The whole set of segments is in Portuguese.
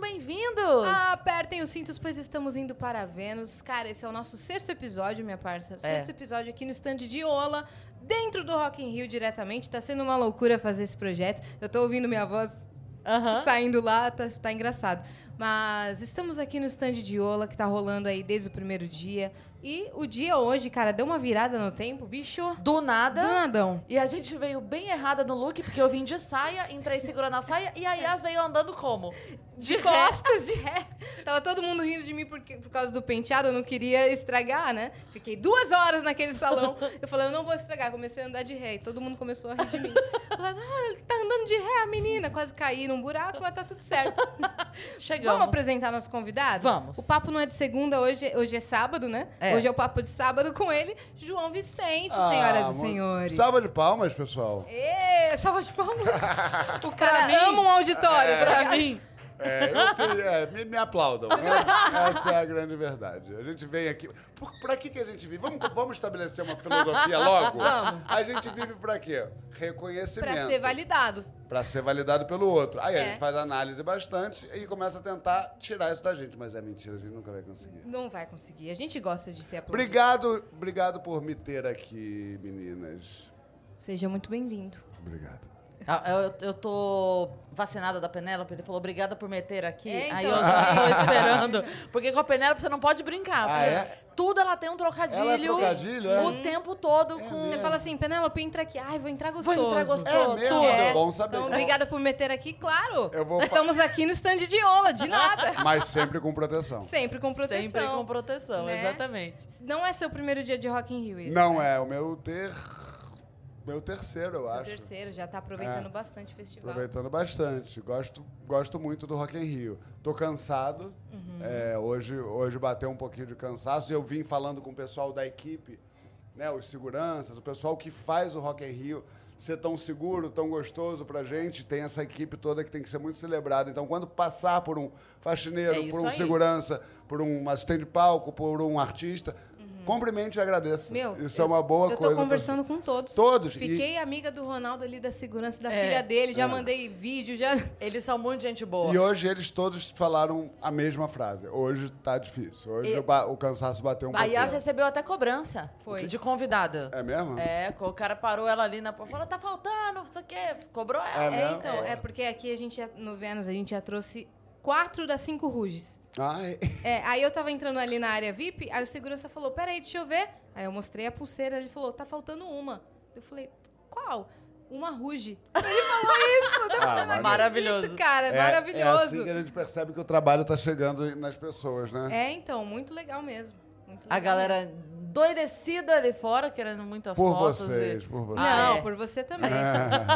bem-vindos! Ah. Apertem os cintos, pois estamos indo para Vênus. Cara, esse é o nosso sexto episódio, minha parça. Sexto episódio aqui no stand de Ola, dentro do Rock in Rio diretamente. Tá sendo uma loucura fazer esse projeto. Eu tô ouvindo minha voz Aham. saindo lá, tá, tá engraçado. Mas estamos aqui no stand de Ola, que tá rolando aí desde o primeiro dia. E o dia hoje, cara, deu uma virada no tempo, bicho. Do nada. Do nadão. E a gente veio bem errada no look, porque eu vim de saia, entrei segurando a saia, e a Yas veio andando como? De, ré. costas, de ré. Tava todo mundo rindo de mim porque, por causa do penteado, eu não queria estragar, né? Fiquei duas horas naquele salão. Eu falei, eu não vou estragar. Comecei a andar de ré. E todo mundo começou a rir de mim. Eu falava, ah, tá andando de ré a menina. Quase caí num buraco, mas tá tudo certo. Chegamos. Vamos apresentar nosso convidado? Vamos. O papo não é de segunda, hoje, hoje é sábado, né? É. Hoje é o papo de sábado com ele, João Vicente, Ah, senhoras e mo- senhores. Salva de palmas, pessoal. Ê, salva de palmas. Pra o cara mim- ama um auditório. Pra mim. É, eu queria- é, me, me aplaudam. né? Essa é a grande verdade. A gente vem aqui. Por, pra que, que a gente vive? Vamos, vamos estabelecer uma filosofia logo? Vamos. A gente vive pra quê? Reconhecimento. Pra ser validado. Pra ser validado pelo outro. Aí É. a gente faz análise bastante e começa a tentar tirar isso da gente. Mas é mentira, a gente nunca vai conseguir. Não vai conseguir. A gente gosta de ser aplaudido. Obrigado, obrigado por me ter aqui, meninas. Seja muito bem-vindo. Obrigado. Ah, Eu, eu tô vacinada da Penélope, ele falou obrigada por meter aqui. É, então. Aí eu já tô esperando. Porque com a Penélope você não pode brincar. Ah, porque é? Tudo ela tem um trocadilho. Ela é trocadilho, é? O tempo todo com. Você fala assim, Penélope, entra aqui. Ai, vou entrar gostoso. Vou entrar gostoso. É mesmo? tudo. É bom saber. Então, obrigada por meter aqui, claro. Eu vou fa- Estamos aqui no stand de ola, de nada. Mas sempre com proteção. Sempre com proteção. Sempre com proteção, né? exatamente. Não é seu primeiro dia de Rock in Rio, isso? Não né? é, o meu ter. Meu terceiro, eu Seu acho. terceiro, já tá aproveitando É. bastante o festival. Aproveitando bastante. Gosto, gosto muito do Rock in Rio. Tô cansado. Uhum. É, hoje, hoje bateu um pouquinho de cansaço. Eu vim falando com o pessoal da equipe, né? Os seguranças, o pessoal que faz o Rock in Rio ser tão seguro, tão gostoso pra gente. Tem essa equipe toda que tem que ser muito celebrada. Então, quando passar por um É faxineiro, isso por um aí. segurança, por um assistente de palco, por um artista, cumprimente e agradeça. Uhum. Meu, Isso eu, é uma boa eu coisa. tô pra- conversando com todos. Todos, e- Fiquei amiga do Ronaldo ali da segurança da É. filha dele, já mandei vídeo, É já. Eles são muito gente boa. E hoje eles todos falaram a mesma frase. Hoje tá difícil. Hoje E- o, ba- o cansaço bateu um A Yas pouquinho. recebeu até cobrança. Foi. De convidada. É mesmo? É, o cara parou ela ali na porta, falou, tá faltando, não sei o quê, cobrou ela. É, É, né? então, é porque aqui a gente, já- no Vênus, a gente já trouxe quatro das cinco ruges. Ai, É, aí eu tava entrando ali na área VIP, aí o segurança falou, peraí, deixa eu ver. Aí eu mostrei a pulseira, ele falou, tá faltando uma. Eu falei, qual? Uma ruge. Ele falou isso, eu falei, Ah, não acredito, maravilhoso. cara, é, é, É assim maravilhoso. que É, a gente percebe que o trabalho tá chegando nas pessoas, É, né? então, muito legal mesmo. muito A legal galera doidecida ali fora, querendo muitas Por fotos. vocês, e- por mesmo. vocês. É. Ah, Não, é. por você também.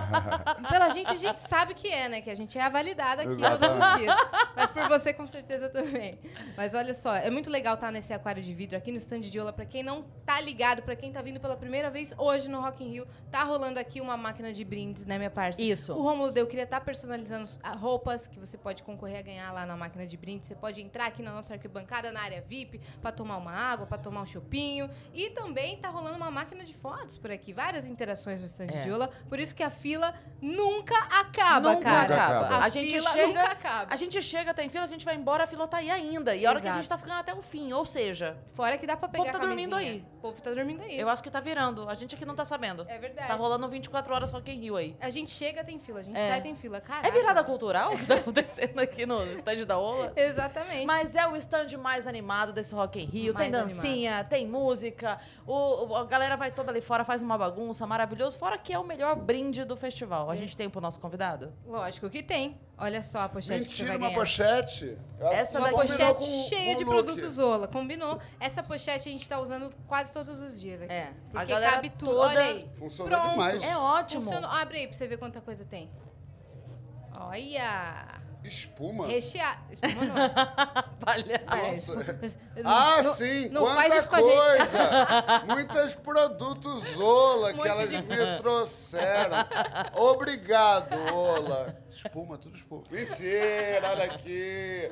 Pela gente, a gente sabe que é, né? Que a gente é avalidada aqui todos os Exatamente. dias. Mas por você, com certeza também. Mas olha só, é muito legal estar nesse aquário de vidro aqui no stand de Ola. Pra quem não tá ligado, pra quem tá vindo pela primeira vez hoje no Rock in Rio, tá rolando aqui uma máquina de brindes, né, minha parça? Isso. O Romulo Deu queria estar personalizando as roupas que você pode concorrer a ganhar lá na máquina de brindes. Você pode entrar aqui na nossa arquibancada, na área VIP, pra tomar uma água, pra tomar um chopinho. E também tá rolando uma máquina de fotos por aqui. Várias interações no stand É. de Ola. Por isso que a fila nunca acaba, nunca cara. acaba. acaba. A, gente fila chega, nunca acaba. a gente chega, tem fila, a gente vai embora, a fila tá aí ainda. E a hora que a Exato. gente tá ficando até o fim, ou seja, Fora que dá pra pegar povo tá a camisinha. dormindo aí. O povo tá dormindo aí. eu acho que tá virando. A gente aqui não tá sabendo. É verdade. Tá rolando 24 horas só quem riu aí. A gente chega, tem fila. A gente É. sai, tem fila. Caraca. É virada cultural o que tá acontecendo aqui no stand da Ola? Exatamente. Mas é o stand mais animado desse Rock in Rio. tem Mais dancinha, tem música. O, o- a galera vai toda ali fora, faz uma bagunça maravilhoso. Fora que é o melhor brinde do festival. É. A gente tem pro nosso convidado? Lógico que tem. Olha só a pochete que você Mentira, vai uma ganhar. pochete. Eu acho Essa que Uma daqui- é combinou pochete com- cheia com de o look. produtos Ola, combinou? Essa pochete a gente tá usando quase todos os dias aqui. É, Porque a galera cabe tudo. toda- Olha aí. Funcionou Pronto. demais. É ótimo. Funcionou. Abre aí pra você ver quanta coisa tem. Olha! Espuma. Recheado. Espuma não. Palhaço. Pera aí, Nossa. espuma- Não- Ah, não- sim! Não Quanta faz isso com a gente. coisa! Muitos produtos Ola Um que monte elas de- me trouxeram. Obrigado, Ola. Espuma, tudo espuma. Mentira, olha aqui.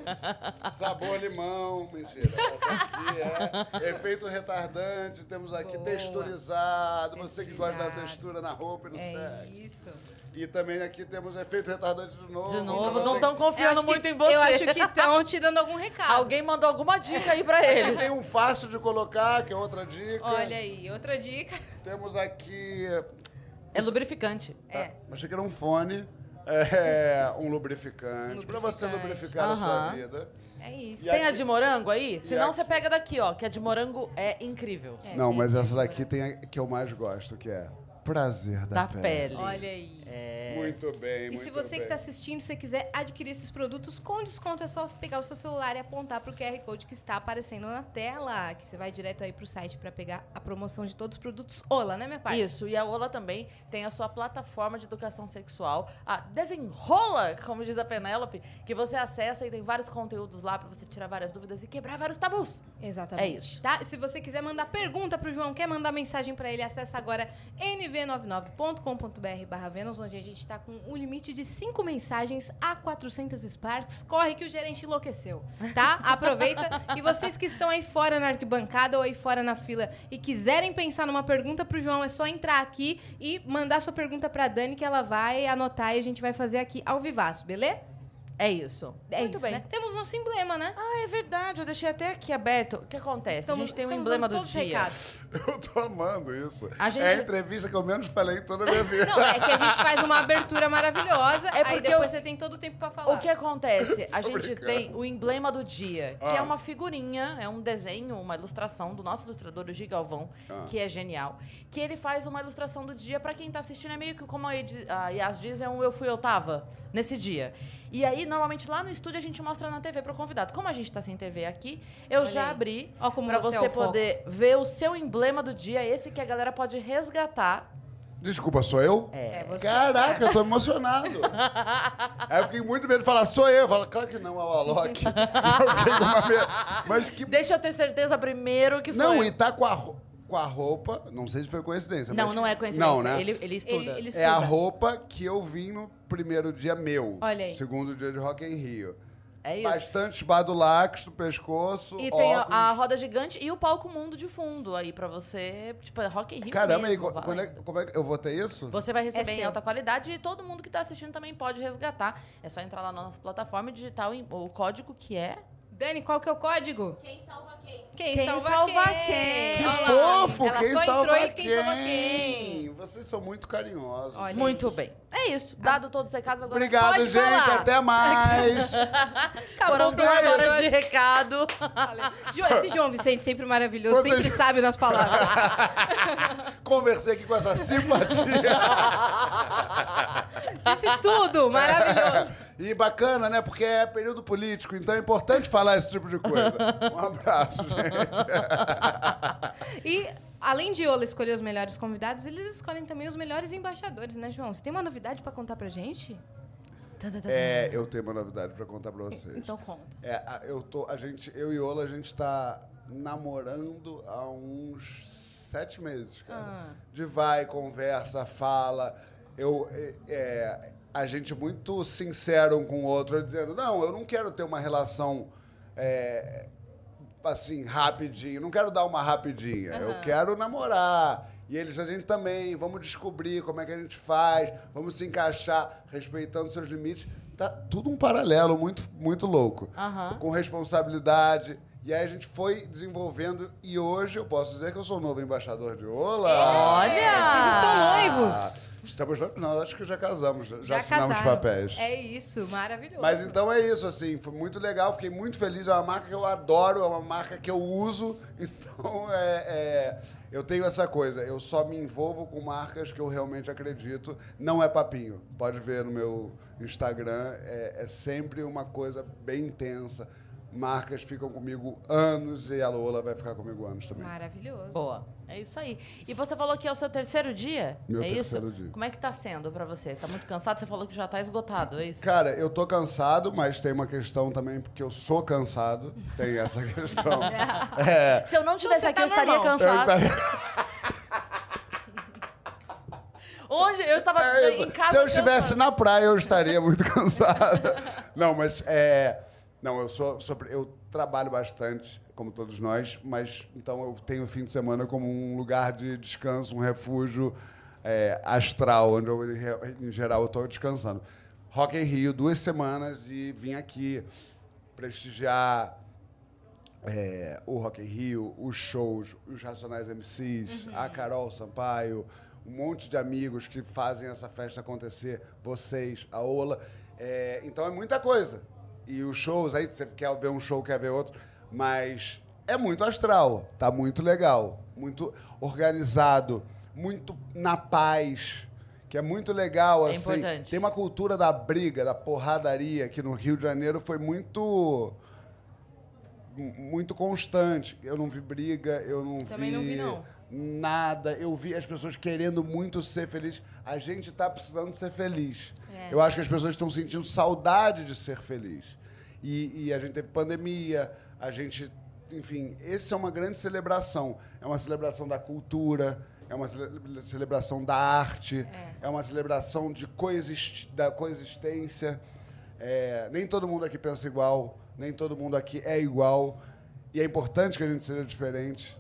Sabor limão, mentira. Essa aqui é efeito retardante. Temos aqui Boa. texturizado. Você que gosta da Texturizado. textura na roupa e no É sexo. isso. E também aqui temos efeito retardante de novo. De novo, pra não você estão Eu confiando acho que- muito em você. Eu acho que um estão te dando algum recado. Alguém mandou alguma dica aí pra Aqui ele. tem um fácil de colocar, que é outra dica. Olha aí, outra dica. Temos aqui. É lubrificante. É. Mas achei que era um fone. É, um lubrificante. Pra você Lubrificante. lubrificar a sua Aham. vida. É isso. E Tem a aqui- de morango aí? Se não, aqui- você pega daqui, ó, que a de morango é incrível. É, Não, tem mas que- essa daqui tá tem a que eu mais gosto, que é Prazer da, Da pele. Olha aí. Muito bem, E É, muito se você que bem. está assistindo, se quiser adquirir esses produtos com desconto, é só você pegar o seu celular e apontar para o QR Code que está aparecendo na tela, que você vai direto aí para o site para pegar a promoção de todos os produtos Ola, né, minha parte? Isso, e a Ola também tem a sua plataforma de educação sexual, a Desenrola, como diz a Penélope, que você acessa e tem vários conteúdos lá pra você tirar várias dúvidas e quebrar vários tabus. Exatamente. É isso. Tá? Se você quiser mandar pergunta pro João, quer mandar mensagem para ele, acessa agora nv99.com.br barra Venus, onde a gente tá com um limite de 5 mensagens a 400 Sparks. Corre que o gerente enlouqueceu, tá? Aproveita. e vocês que estão aí fora na arquibancada ou aí fora na fila e quiserem pensar numa pergunta pro João, é só entrar aqui e mandar sua pergunta pra Dani, que ela vai anotar e a gente vai fazer aqui ao vivaço, beleza? É isso. É Muito isso, bem. né? Temos nosso emblema, né? Ah, é verdade, eu deixei até aqui aberto. O que acontece? a gente tem um estamos emblema dando do todos os dia. recados. Eu tô amando isso. A gente- É a entrevista que eu menos falei em toda a minha vida. Não, é que a gente faz uma abertura maravilhosa, É aí porque depois eu- você tem todo o tempo pra falar. O que é acontece? A gente brincando. tem o emblema do dia, que Ah. é uma figurinha, é um desenho, uma ilustração do nosso ilustrador, o Gi Galvão, Ah. que é genial. Que ele faz uma ilustração do dia pra quem tá assistindo, é meio que como a, Edi- a Yas diz, é um eu fui, eu tava, nesse dia. E aí, normalmente, lá no estúdio, a gente mostra na TV pro convidado. Como a gente tá sem TV aqui, eu Olha já aí. abri Ó como pra você você, é o foco. poder ver o seu emblema do dia, esse que a galera pode resgatar. Desculpa, sou eu? É, você. Caraca, eu tô emocionado. Aí eu fiquei muito medo de falar, sou eu. Eu falo, claro que não, é o Alok. Eu fiquei com uma medo. Mas que. Deixa eu ter certeza primeiro que sou não, eu. e tá com a, ro- com a roupa. Não sei se foi coincidência. Não, mas- não é coincidência. Não, né? ele, ele estuda. Ele- ele É a estuda. roupa que eu vim no primeiro dia meu. Olha aí. Segundo dia de Rock em Rio. É isso. Bastante badulax no pescoço. E tem a, tipo, óculos. a roda gigante e o palco mundo de fundo aí pra você, tipo, é Rock in Rio Caramba, e mesmo, co- vai. quando é- como é que eu vou ter isso? Você vai receber É em seu. alta qualidade e todo mundo que tá assistindo também pode resgatar. É só entrar lá na nossa plataforma e digitar o, em- o código que é Dani, qual que é o código? Quem salva quem? Quem, Quem salva, salva quem? quem? Que Olha lá, fofo! Ela quem só salva entrou e quem, salva quem? quem? Vocês são muito carinhosos. Olha. muito bem. É isso. Dado todos os recados agora. Obrigado, Pode gente. falar. Até mais. Acabou Foram o duas programa. horas de recado. João, Esse João Vicente sempre maravilhoso, Vocês- sempre sabe nas palavras. Conversei aqui com essa simpatia. Disse tudo, maravilhoso. E bacana, né? Porque é período político, então é importante falar esse tipo de coisa. Um abraço, gente. E além de Ola escolher os melhores convidados, eles escolhem também os melhores embaixadores, né, João? Você tem uma novidade pra contar pra gente? Tá, É, eu tenho uma novidade pra contar pra vocês. Então conta. É, a- eu tô, a gente, eu e Ola, a gente tá namorando há uns sete meses, cara. Ah. De vai, conversa, fala. Eu, é, é, a gente muito sincero um com o outro, dizendo, não, eu não quero ter uma relação é, assim, rapidinho. Não quero dar uma rapidinha. Eu quero namorar. E eles, a gente também. Vamos descobrir como é que a gente faz. Vamos se encaixar, respeitando seus limites. Tá tudo um paralelo muito, muito louco. Aham. Com responsabilidade. E aí a gente foi desenvolvendo. E hoje eu posso dizer que eu sou o novo embaixador de Olá. É, Ah, Vocês estão Olha! noivos. Estamos noivos? Não, acho que já casamos. Já, Já assinamos casaram. papéis. É isso, maravilhoso. Mas então é isso, assim, foi muito legal, fiquei muito feliz, é uma marca que eu adoro, é uma marca que eu uso, então é, é, eu tenho essa coisa, eu só me envolvo com marcas que eu realmente acredito, não é papinho, pode ver no meu Instagram, é, é sempre uma coisa bem intensa, marcas ficam comigo anos e a Lola vai ficar comigo anos também. Maravilhoso. Boa. É isso aí. E você falou que é o seu terceiro dia? Meu é terceiro isso? dia. Como é que tá sendo pra você? Tá muito cansado? Você falou que já tá esgotado, é isso? Cara, eu tô cansado, mas tem uma questão também, porque eu sou cansado, tem essa questão. é, Se eu não tivesse você aqui, tá eu estaria normal. cansado. Onde eu estava É isso. em casa. Se eu cantando. estivesse na praia, eu estaria muito cansado. não, mas é. Não, eu sou, sou- Eu trabalho bastante, como todos nós, mas então eu tenho o fim de semana como um lugar de descanso, um refúgio é, astral, onde eu, em re- em geral, eu estou descansando. Rock em Rio, duas semanas e vim aqui prestigiar é, o Rock in Rio, os shows, os Racionais MCs, Uhum. a Carol Sampaio, um monte de amigos que fazem essa festa acontecer, vocês, a Ola. É, então é muita coisa. E os shows, aí você quer ver um show, quer ver outro, mas é muito astral, tá muito legal, muito organizado, muito na paz, que é muito legal, É assim. importante. Tem uma cultura da briga, da porradaria, que no Rio de Janeiro foi muito mu- muito constante. Eu não vi briga, eu não Também vi, não vi, não. nada. Eu vi as pessoas querendo muito ser feliz. A gente tá precisando ser feliz. É. Eu acho que as pessoas estão sentindo saudade de ser feliz. E, e a gente teve pandemia, a gente. Enfim, essa é uma grande celebração. É uma celebração da cultura, é uma cele- celebração da arte, é, uma celebração de coexist da coexistência. É, nem todo mundo aqui pensa igual, nem todo mundo aqui é igual. E é importante que a gente seja diferente.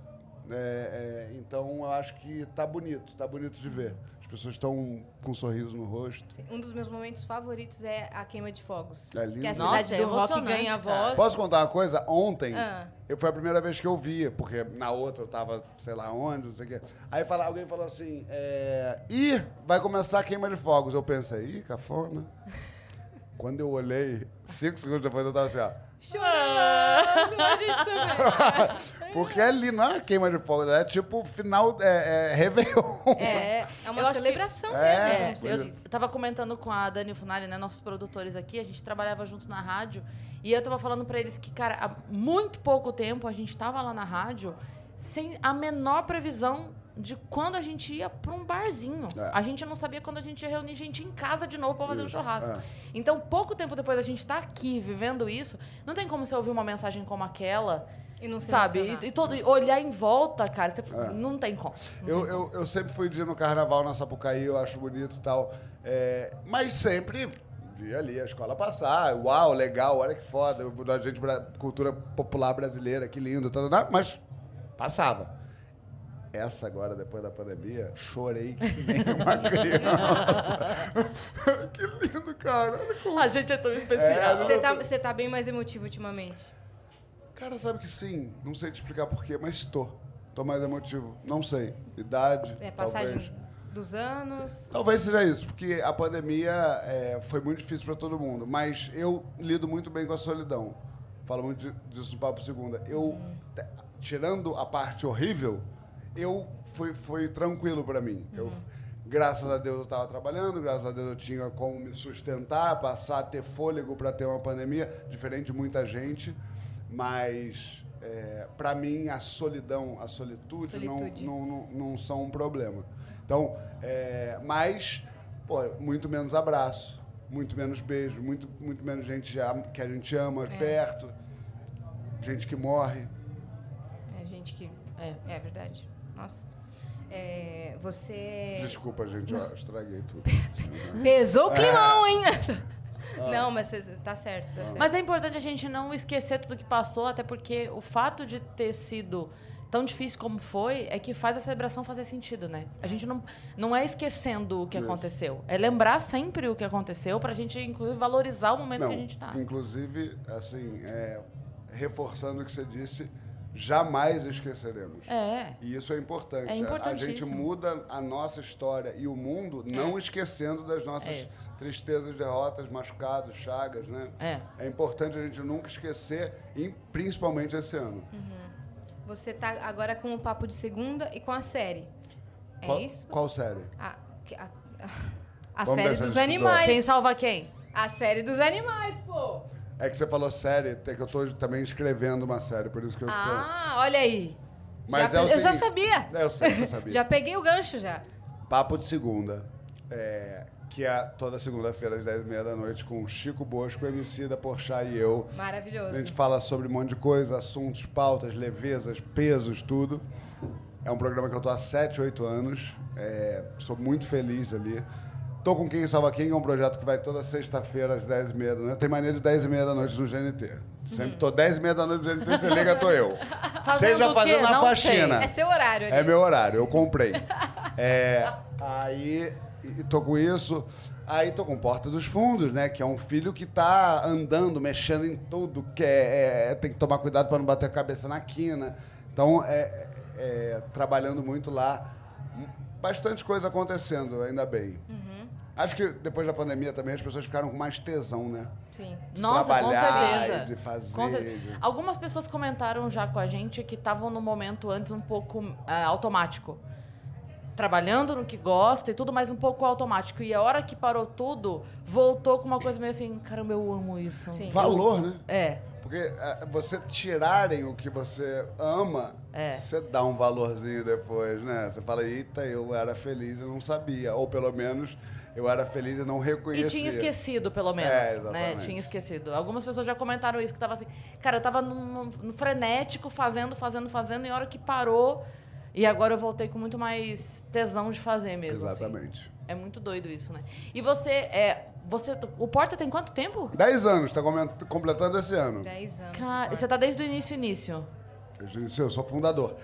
É, é, então, eu acho que tá bonito, tá bonito de ver. As pessoas estão com um sorriso no rosto. Um dos meus momentos favoritos é a queima de fogos. É lindo. Que a cidade Nossa, é do rock emocionante, ganha a cara. voz. Posso contar uma coisa? Ontem, Ah. eu foi a primeira vez que eu vi, porque na outra eu tava sei lá onde, não sei o quê. Aí fala, alguém falou assim, é, Ih, vai começar a queima de fogos. Eu pensei, ih, cafona. Quando eu olhei, cinco segundos depois eu tava assim, ó. Chorando, a gente também. Porque ali não é queima de fogos, é tipo final, é, é Réveillon. É, é Eu uma acho que- celebração É, É, mesmo. né? pois eu como se diz. tava comentando com a Dani Funari, né, nossos produtores aqui, a gente trabalhava junto na rádio, e eu tava falando pra eles que, cara, há muito pouco tempo a gente tava lá na rádio sem a menor previsão de quando a gente ia pra um barzinho. É. A gente não sabia quando a gente ia reunir gente em casa de novo pra fazer Isso, um churrasco. é. Então, pouco tempo depois da gente tá aqui vivendo isso, não tem como você ouvir uma mensagem como aquela, E não se sabe? E, emocionar. e todo, e olhar em volta, cara, você- É. não tem como. Eu, eu, eu sempre fui dia no carnaval na Sapucaí, eu acho bonito e tal. É, mas sempre vi ali a escola passar. Uau, legal, olha que foda. A gente, bra- cultura popular brasileira, que lindo. Tal, tal, tal, mas passava. Essa agora, depois da pandemia, chorei que nem uma criança. que lindo, cara. Olha como- A gente é tão especial. Você tá, você tá bem mais emotivo ultimamente. Cara, sabe que sim. Não sei te explicar porquê, mas tô. Tô mais emotivo. Não sei. Idade, É passagem talvez. dos anos. Talvez seja isso, porque a pandemia é, foi muito difícil para todo mundo, mas eu lido muito bem com a solidão. Falo muito di- disso no Papo Segunda. Eu, te- tirando a parte horrível, eu foi, foi tranquilo para mim. Eu, graças a Deus eu estava trabalhando, graças a Deus eu tinha como me sustentar, passar a ter fôlego para ter uma pandemia, diferente de muita gente, mas para mim a solidão, a solitude, Solitude. Não, não, não, não são um problema. Então, é, mas, pô, muito menos abraço, muito menos beijo, muito, muito menos gente a- que a gente É. ama perto, gente que morre. É gente que. É. É verdade. Nossa. É, você. Desculpa, gente, eu estraguei tudo. Pesou o climão, hein? Não, mas você tá certo, tá certo. É. Mas é importante a gente não esquecer tudo que passou, até porque o fato de ter sido tão difícil como foi é que faz a celebração fazer sentido, né? A gente não, não é esquecendo o que Isso. aconteceu, é lembrar sempre o que aconteceu pra gente, inclusive, valorizar o momento que a gente tá. Inclusive, assim, é, reforçando o que você disse, jamais esqueceremos. É. E isso é É importante. A- A gente importantíssimo. muda a nossa história e o mundo não esquecendo das É nossas isso. tristezas, derrotas, machucados, chagas, né? É. É importante a gente nunca esquecer, e principalmente esse ano. Hum. Você tá agora com o papo de segunda e com a série. É qual, isso? Qual série? A, que- a- a Vamos série ver se a dos gente animais. Quem salva quem? A série dos animais, pô. É que você falou série, é que eu tô também escrevendo uma série, por isso que eu tô- Ah, olha aí. Mas Já é o pe- eu já seguinte- sabia. É, Eu sei que você sabia. Já peguei o gancho já. Papo de segunda. é, que é toda segunda-feira, às 10h30 da noite, com o Chico Bosco, MC da Porchat e eu. A Maravilhoso. gente fala sobre um monte de coisa, assuntos, pautas, levezas, pesos, tudo. É um programa que eu tô há 7, 8 anos. É, sou muito feliz ali. Tô com Quem Salva Quem, é um projeto que vai toda sexta-feira às 10h30 da noite. Tem mania de 10h30 da noite no GNT. Sempre tô 10h30 da noite no GNT, você liga, tô eu. Uhum. Fazendo o Seja quê? fazendo a Não sei. faxina. É seu horário ali. É meu horário, eu comprei. É, aí e tô com isso. Aí tô com Porta dos Fundos, né? Que é um filho que tá andando, mexendo em tudo, que é, é- tem que tomar cuidado para não bater a cabeça na quina. Então, é, é, trabalhando muito lá. Bastante coisa acontecendo, ainda bem. Acho que depois da pandemia também as pessoas ficaram com mais tesão, né? Sim. De Nossa, com trabalhar certeza. e de fazer. Com cer- Algumas pessoas comentaram já com a gente que estavam no momento antes um pouco ah, automático. Trabalhando no que gosta e tudo, mas um pouco automático. E a hora que parou tudo, voltou com uma coisa meio assim: caramba, eu amo isso. Sim. Valor, né? É. Porque eh, você tirarem o que você ama, É. você dá um valorzinho depois, né? Você fala, eita, eu era feliz e não sabia. Ou pelo menos eu era feliz e não reconhecia. E tinha esquecido, pelo menos. É, né? exatamente. Tinha esquecido. Algumas pessoas já comentaram isso, que tava assim. Cara, eu tava num- num frenético, fazendo, fazendo, fazendo, e a hora que parou. E agora eu voltei com muito mais tesão de fazer mesmo. assim. Exatamente. É muito doido isso, né? E você, é, você, o Porta tem quanto tempo? Dez anos, está completando esse ano. 10 anos. Cara, você tá desde o início, início. Eu disse, eu sou fundador.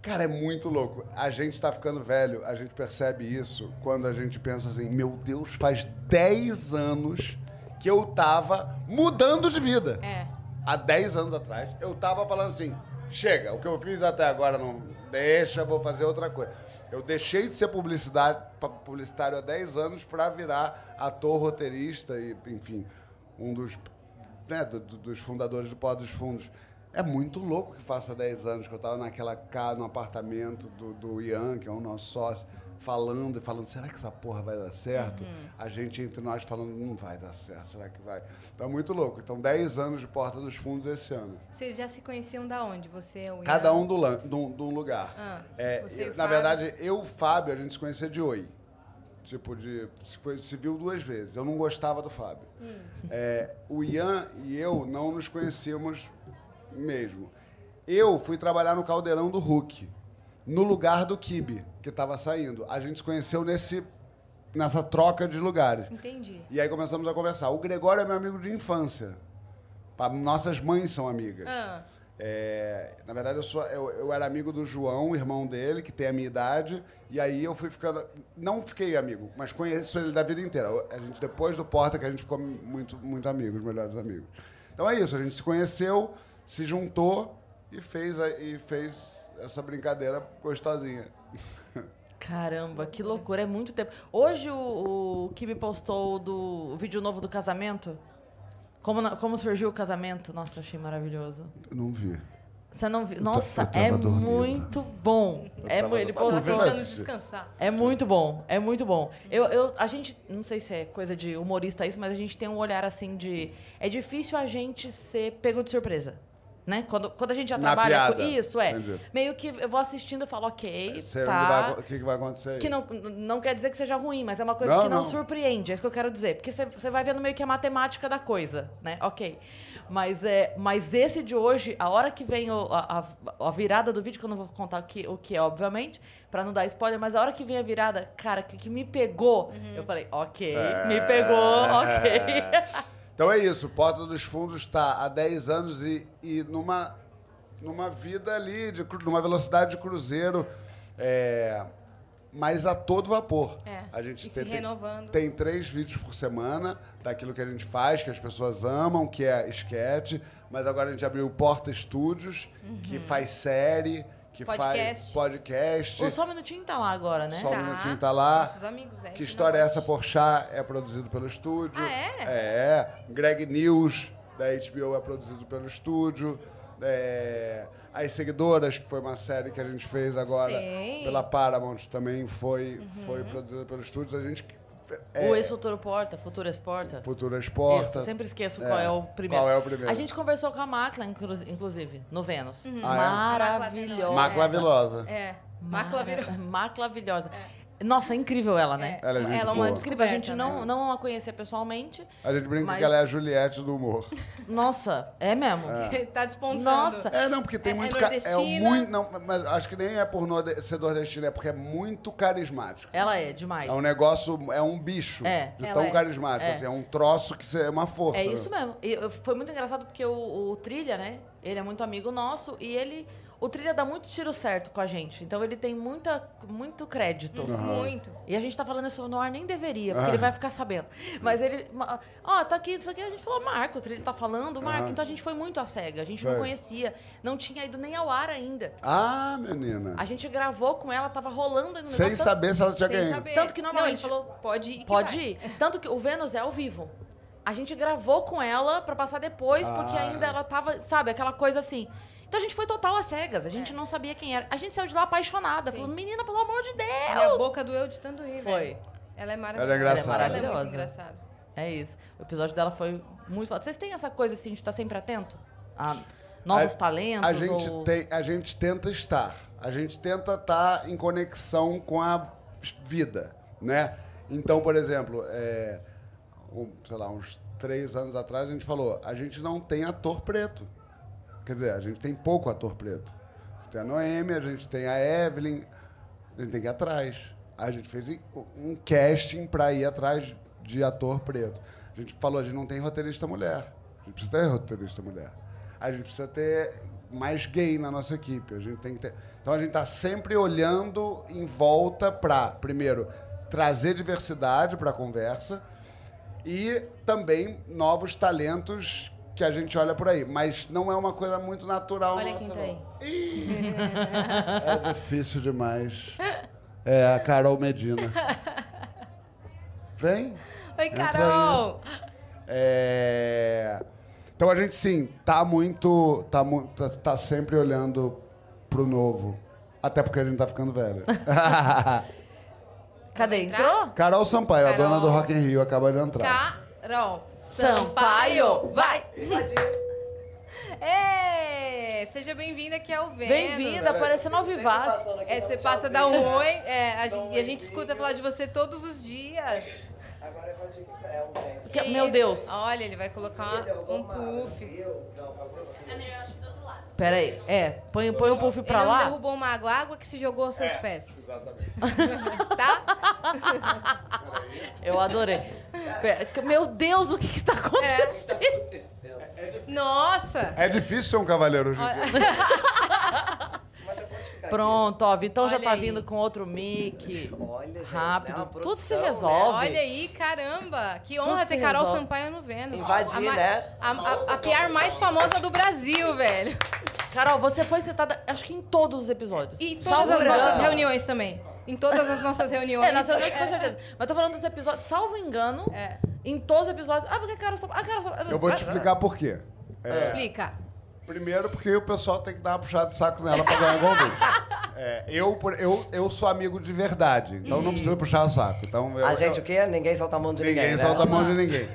Cara, é muito louco. A gente tá ficando velho, a gente percebe isso quando a gente pensa assim: meu Deus, faz 10 anos que eu tava mudando de vida. É. há 10 anos atrás, eu tava falando assim: chega, o que eu fiz até agora não deixa, vou fazer outra coisa. Eu deixei de ser publicidade, pa- publicitário há 10 anos para virar ator, roteirista e, enfim, um dos, né, do- do- dos fundadores do Pó dos Fundos. É muito louco que faça 10 anos que eu tava naquela casa, no apartamento do, do Ian, que é o nosso sócio, falando e falando, será que essa porra vai dar certo? A gente entre nós falando, não vai dar certo, será que vai? Então é muito louco. Então, 10 anos de Porta dos Fundos esse ano. Vocês já se conheciam da onde? Você, o Ian? Cada um do, lan- de um- de um lugar. Ah, É, você e eu- o na Fábio? verdade, eu e o Fábio, a gente se conhecia de oi. Tipo, de, se, foi- se viu duas vezes. Eu não gostava do Fábio. Hum. É, o Ian e eu não nos conhecíamos mesmo. Eu fui trabalhar no Caldeirão do Hulk, no lugar do Kibe, que estava saindo. A gente se conheceu nesse, nessa troca de lugares. Entendi. E aí começamos a conversar. O Gregório é meu amigo de infância. Pa- Nossas mães são amigas. Ah, É, na verdade, eu, sou, eu, eu era amigo do João, irmão dele, que tem a minha idade, e aí eu fui ficando. Não fiquei amigo, mas conheço ele da vida inteira. Eu- A gente, depois do Porta, que a gente ficou muito, muito amigo, os melhores amigos. Então é isso, a gente se conheceu, se juntou e fez, a- e fez essa brincadeira gostosinha. Caramba, que loucura, é muito tempo. Hoje o, o Kibi postou do, o vídeo novo do casamento. Como, na- como surgiu o casamento? Nossa, eu achei maravilhoso. Eu não vi. Você não viu? Nossa, tava é dormindo. muito bom. É, tava mu- ele dormindo. tá Vamos ver, postou. tentando mas- descansar. É muito bom, é muito bom. Eu, eu, a gente, não sei se é coisa de humorista isso, mas a gente tem um olhar assim de. É difícil a gente ser pego de surpresa. Né? Quando, quando a gente já Na trabalha com piada. isso, é. Entendi. Meio que eu vou assistindo e falo, ok, Sei onde vai tá. acon- O que, que vai acontecer aí? Que não, não quer dizer que seja ruim, mas é uma coisa É. Não, que não, não. surpreende, é isso que eu quero dizer. Porque você- você vai vendo meio que a matemática da coisa, né? Ok. Mas, é, mas esse de hoje, a hora que vem o- a, a- a virada do vídeo, que eu não vou contar o que, o que é, obviamente, pra não dar spoiler, mas a hora que vem a virada, cara, que, que me pegou, eu falei, ok, É. me pegou, ok. Então é isso, Porta dos Fundos está há 10 anos e, e numa, numa vida ali, de, cru- numa velocidade de cruzeiro, é, mas a todo vapor. É, A gente e se renovando. Tem três vídeos por semana daquilo que a gente faz, que as pessoas amam, que é esquete, mas agora a gente abriu o Porta Estúdios, que faz série, que faz Uhum. Podcast. podcast. o Só um Minutinho tá lá agora, né? Só um Tá. minutinho tá lá. Nossos amigos, é. Que história é essa? Porchat é produzido pelo estúdio. Ah, é? É. Greg News, da HBO, é produzido pelo estúdio. É, As Seguidoras, que foi uma série que a gente fez agora Sei. pela Paramount, também foi, Uhum. foi produzida pelo estúdio. A gente... é O ex-futuro porta, futuras porta. Futura Exporta. Isso, sempre esqueço qual é, o primeiro. qual é o primeiro. A gente conversou com a Macla, inclu- inclusive, no Vênus. Uhum. Ah, é? Maravilhosa. A Macla Vilosa. É. Macla virou. né? Mara- Maclavilhosa. Nossa, é incrível ela, né? Ela é gente ela é boa. uma Incrível, descoberta, a gente não, né? não a conhecia pessoalmente. A gente brinca Mas- que ela é a Juliette do humor. Nossa, é mesmo. tá despontando. Nossa. É, não, porque tem É- muito... é ca- É nordestina? muito... Não, mas acho que nem é por norde- ser nordestina, é porque é muito carismático. Ela é demais. É um negócio, é um bicho É. de Ela tão é. carismático. É. assim, é um troço que cê- é uma força. É isso mesmo. E eu- foi muito engraçado porque o, o Trilha, né? Ele é muito amigo nosso e ele. O Trilha dá muito tiro certo com a gente. Então ele tem muita, muito crédito. Muito. E a gente tá falando isso no ar, nem deveria, porque Ah. ele vai ficar sabendo. Mas ele. ma- Ó, tá aqui, isso aqui. A gente falou, Marco, o Trilha tá falando, Marco. Ah. Então a gente foi muito à cega. A gente não Foi. conhecia. Não tinha ido nem ao ar ainda. Ah, menina. A gente gravou com ela, tava rolando ainda. Sem saber se ela tinha Sem ganho. saber. Tanto que normalmente- Não, ele falou, pode ir. que Pode vai. ir. Tanto que o Vênus é ao vivo. A gente gravou com ela pra passar depois, porque Ah. ainda ela tava, sabe, aquela coisa assim. Então a gente foi total às cegas, a gente É. não sabia quem era. A gente saiu de lá apaixonada, Sim. é falando, menina, pelo amor de Minha Deus! boca doeu de tanto rir, Foi. velho. Ela é Ela é maravilhosa. engraçada. Ela é Maravilhosa. muito engraçada. É isso. O episódio dela foi muito foda. Vocês têm essa coisa assim, de estar sempre atento? A novos A- talentos? A gente, ou... tem, a gente tenta estar. A gente tenta estar em conexão com a vida, né? Então, por exemplo, é, um, sei lá, uns três anos atrás, a gente falou, a gente não tem ator preto. Quer dizer, a gente tem pouco ator preto. Tem a Noemi, a gente tem a Evelyn, a gente tem que ir atrás. A gente fez i- um casting para ir atrás de ator preto. A gente falou, a gente não tem roteirista mulher. A gente precisa ter roteirista mulher. A gente precisa ter mais gay na nossa equipe. A gente tem que ter... Então a gente está sempre olhando em volta para, primeiro, trazer diversidade para a conversa e também novos talentos que a gente olha por aí. Mas não é uma coisa muito natural Olha nossa, quem tá não. aí. Ih! é difícil demais. É a Carol Medina. Vem. Oi, Entra aí. né? Carol! É... Então a gente sim, tá muito. Tá, mu- tá, tá sempre olhando pro novo. Até porque a gente tá ficando velho. Cadê? Vamos entrar? Entrou? Carol Sampaio, a Carol. dona do Rock in Rio, acaba de entrar. Carol Sampaio, Sampaio, vai! É, seja bem-vinda aqui ao Vênus. Bem-vinda, né? aparecendo ao Vivaz. É, você passa a dar um assim. oi, é, a um gente- e a gente escuta falar de você todos os dias. Agora eu vou te dizer, é um tempo. Que- Que meu isso? Deus. Olha, ele vai colocar um assim. puff. Eu? Não, você não viu. Peraí, é, põe, põe o puff pra ele é um lá. não derrubou uma água, água que se jogou aos seus pés, É, Exatamente. tá? Eu adorei. Pe- Meu Deus, o que que tá É. acontecendo? Aconteceu. Nossa! É difícil ser um cavaleiro hoje em dia. Mas eu posso ficar Pronto, ó, Vitão já Olha tá aí. vindo com outro é mic. aqui. Olha, gente, Rápido, né? Uma tudo produção, se né? resolve. Olha aí, caramba! Que honra Tudo se ter Carol resolve. Sampaio no Vênus. Invadir, A ma- né? A, a, a PR mais famosa do Brasil, velho. Carol, você foi citada, acho que em todos os episódios. E em todas Salvo as engano. nossas reuniões também. Em todas as nossas reuniões. né? É, nas reuniões com certeza. Mas tô falando dos episódios, salvo engano, É. em todos os episódios. Ah, porque a Carol só. Ah, Carol só. Eu vou te explicar por quê. É, Explica. primeiro, porque o pessoal tem que dar uma puxada de saco nela pra ganhar convite. É, eu, por- eu, eu sou amigo de verdade, então não precisa puxar o saco. Então, eu- A gente, eu- o quê? Ninguém solta a mão de ninguém, ninguém né? solta a mão de ninguém.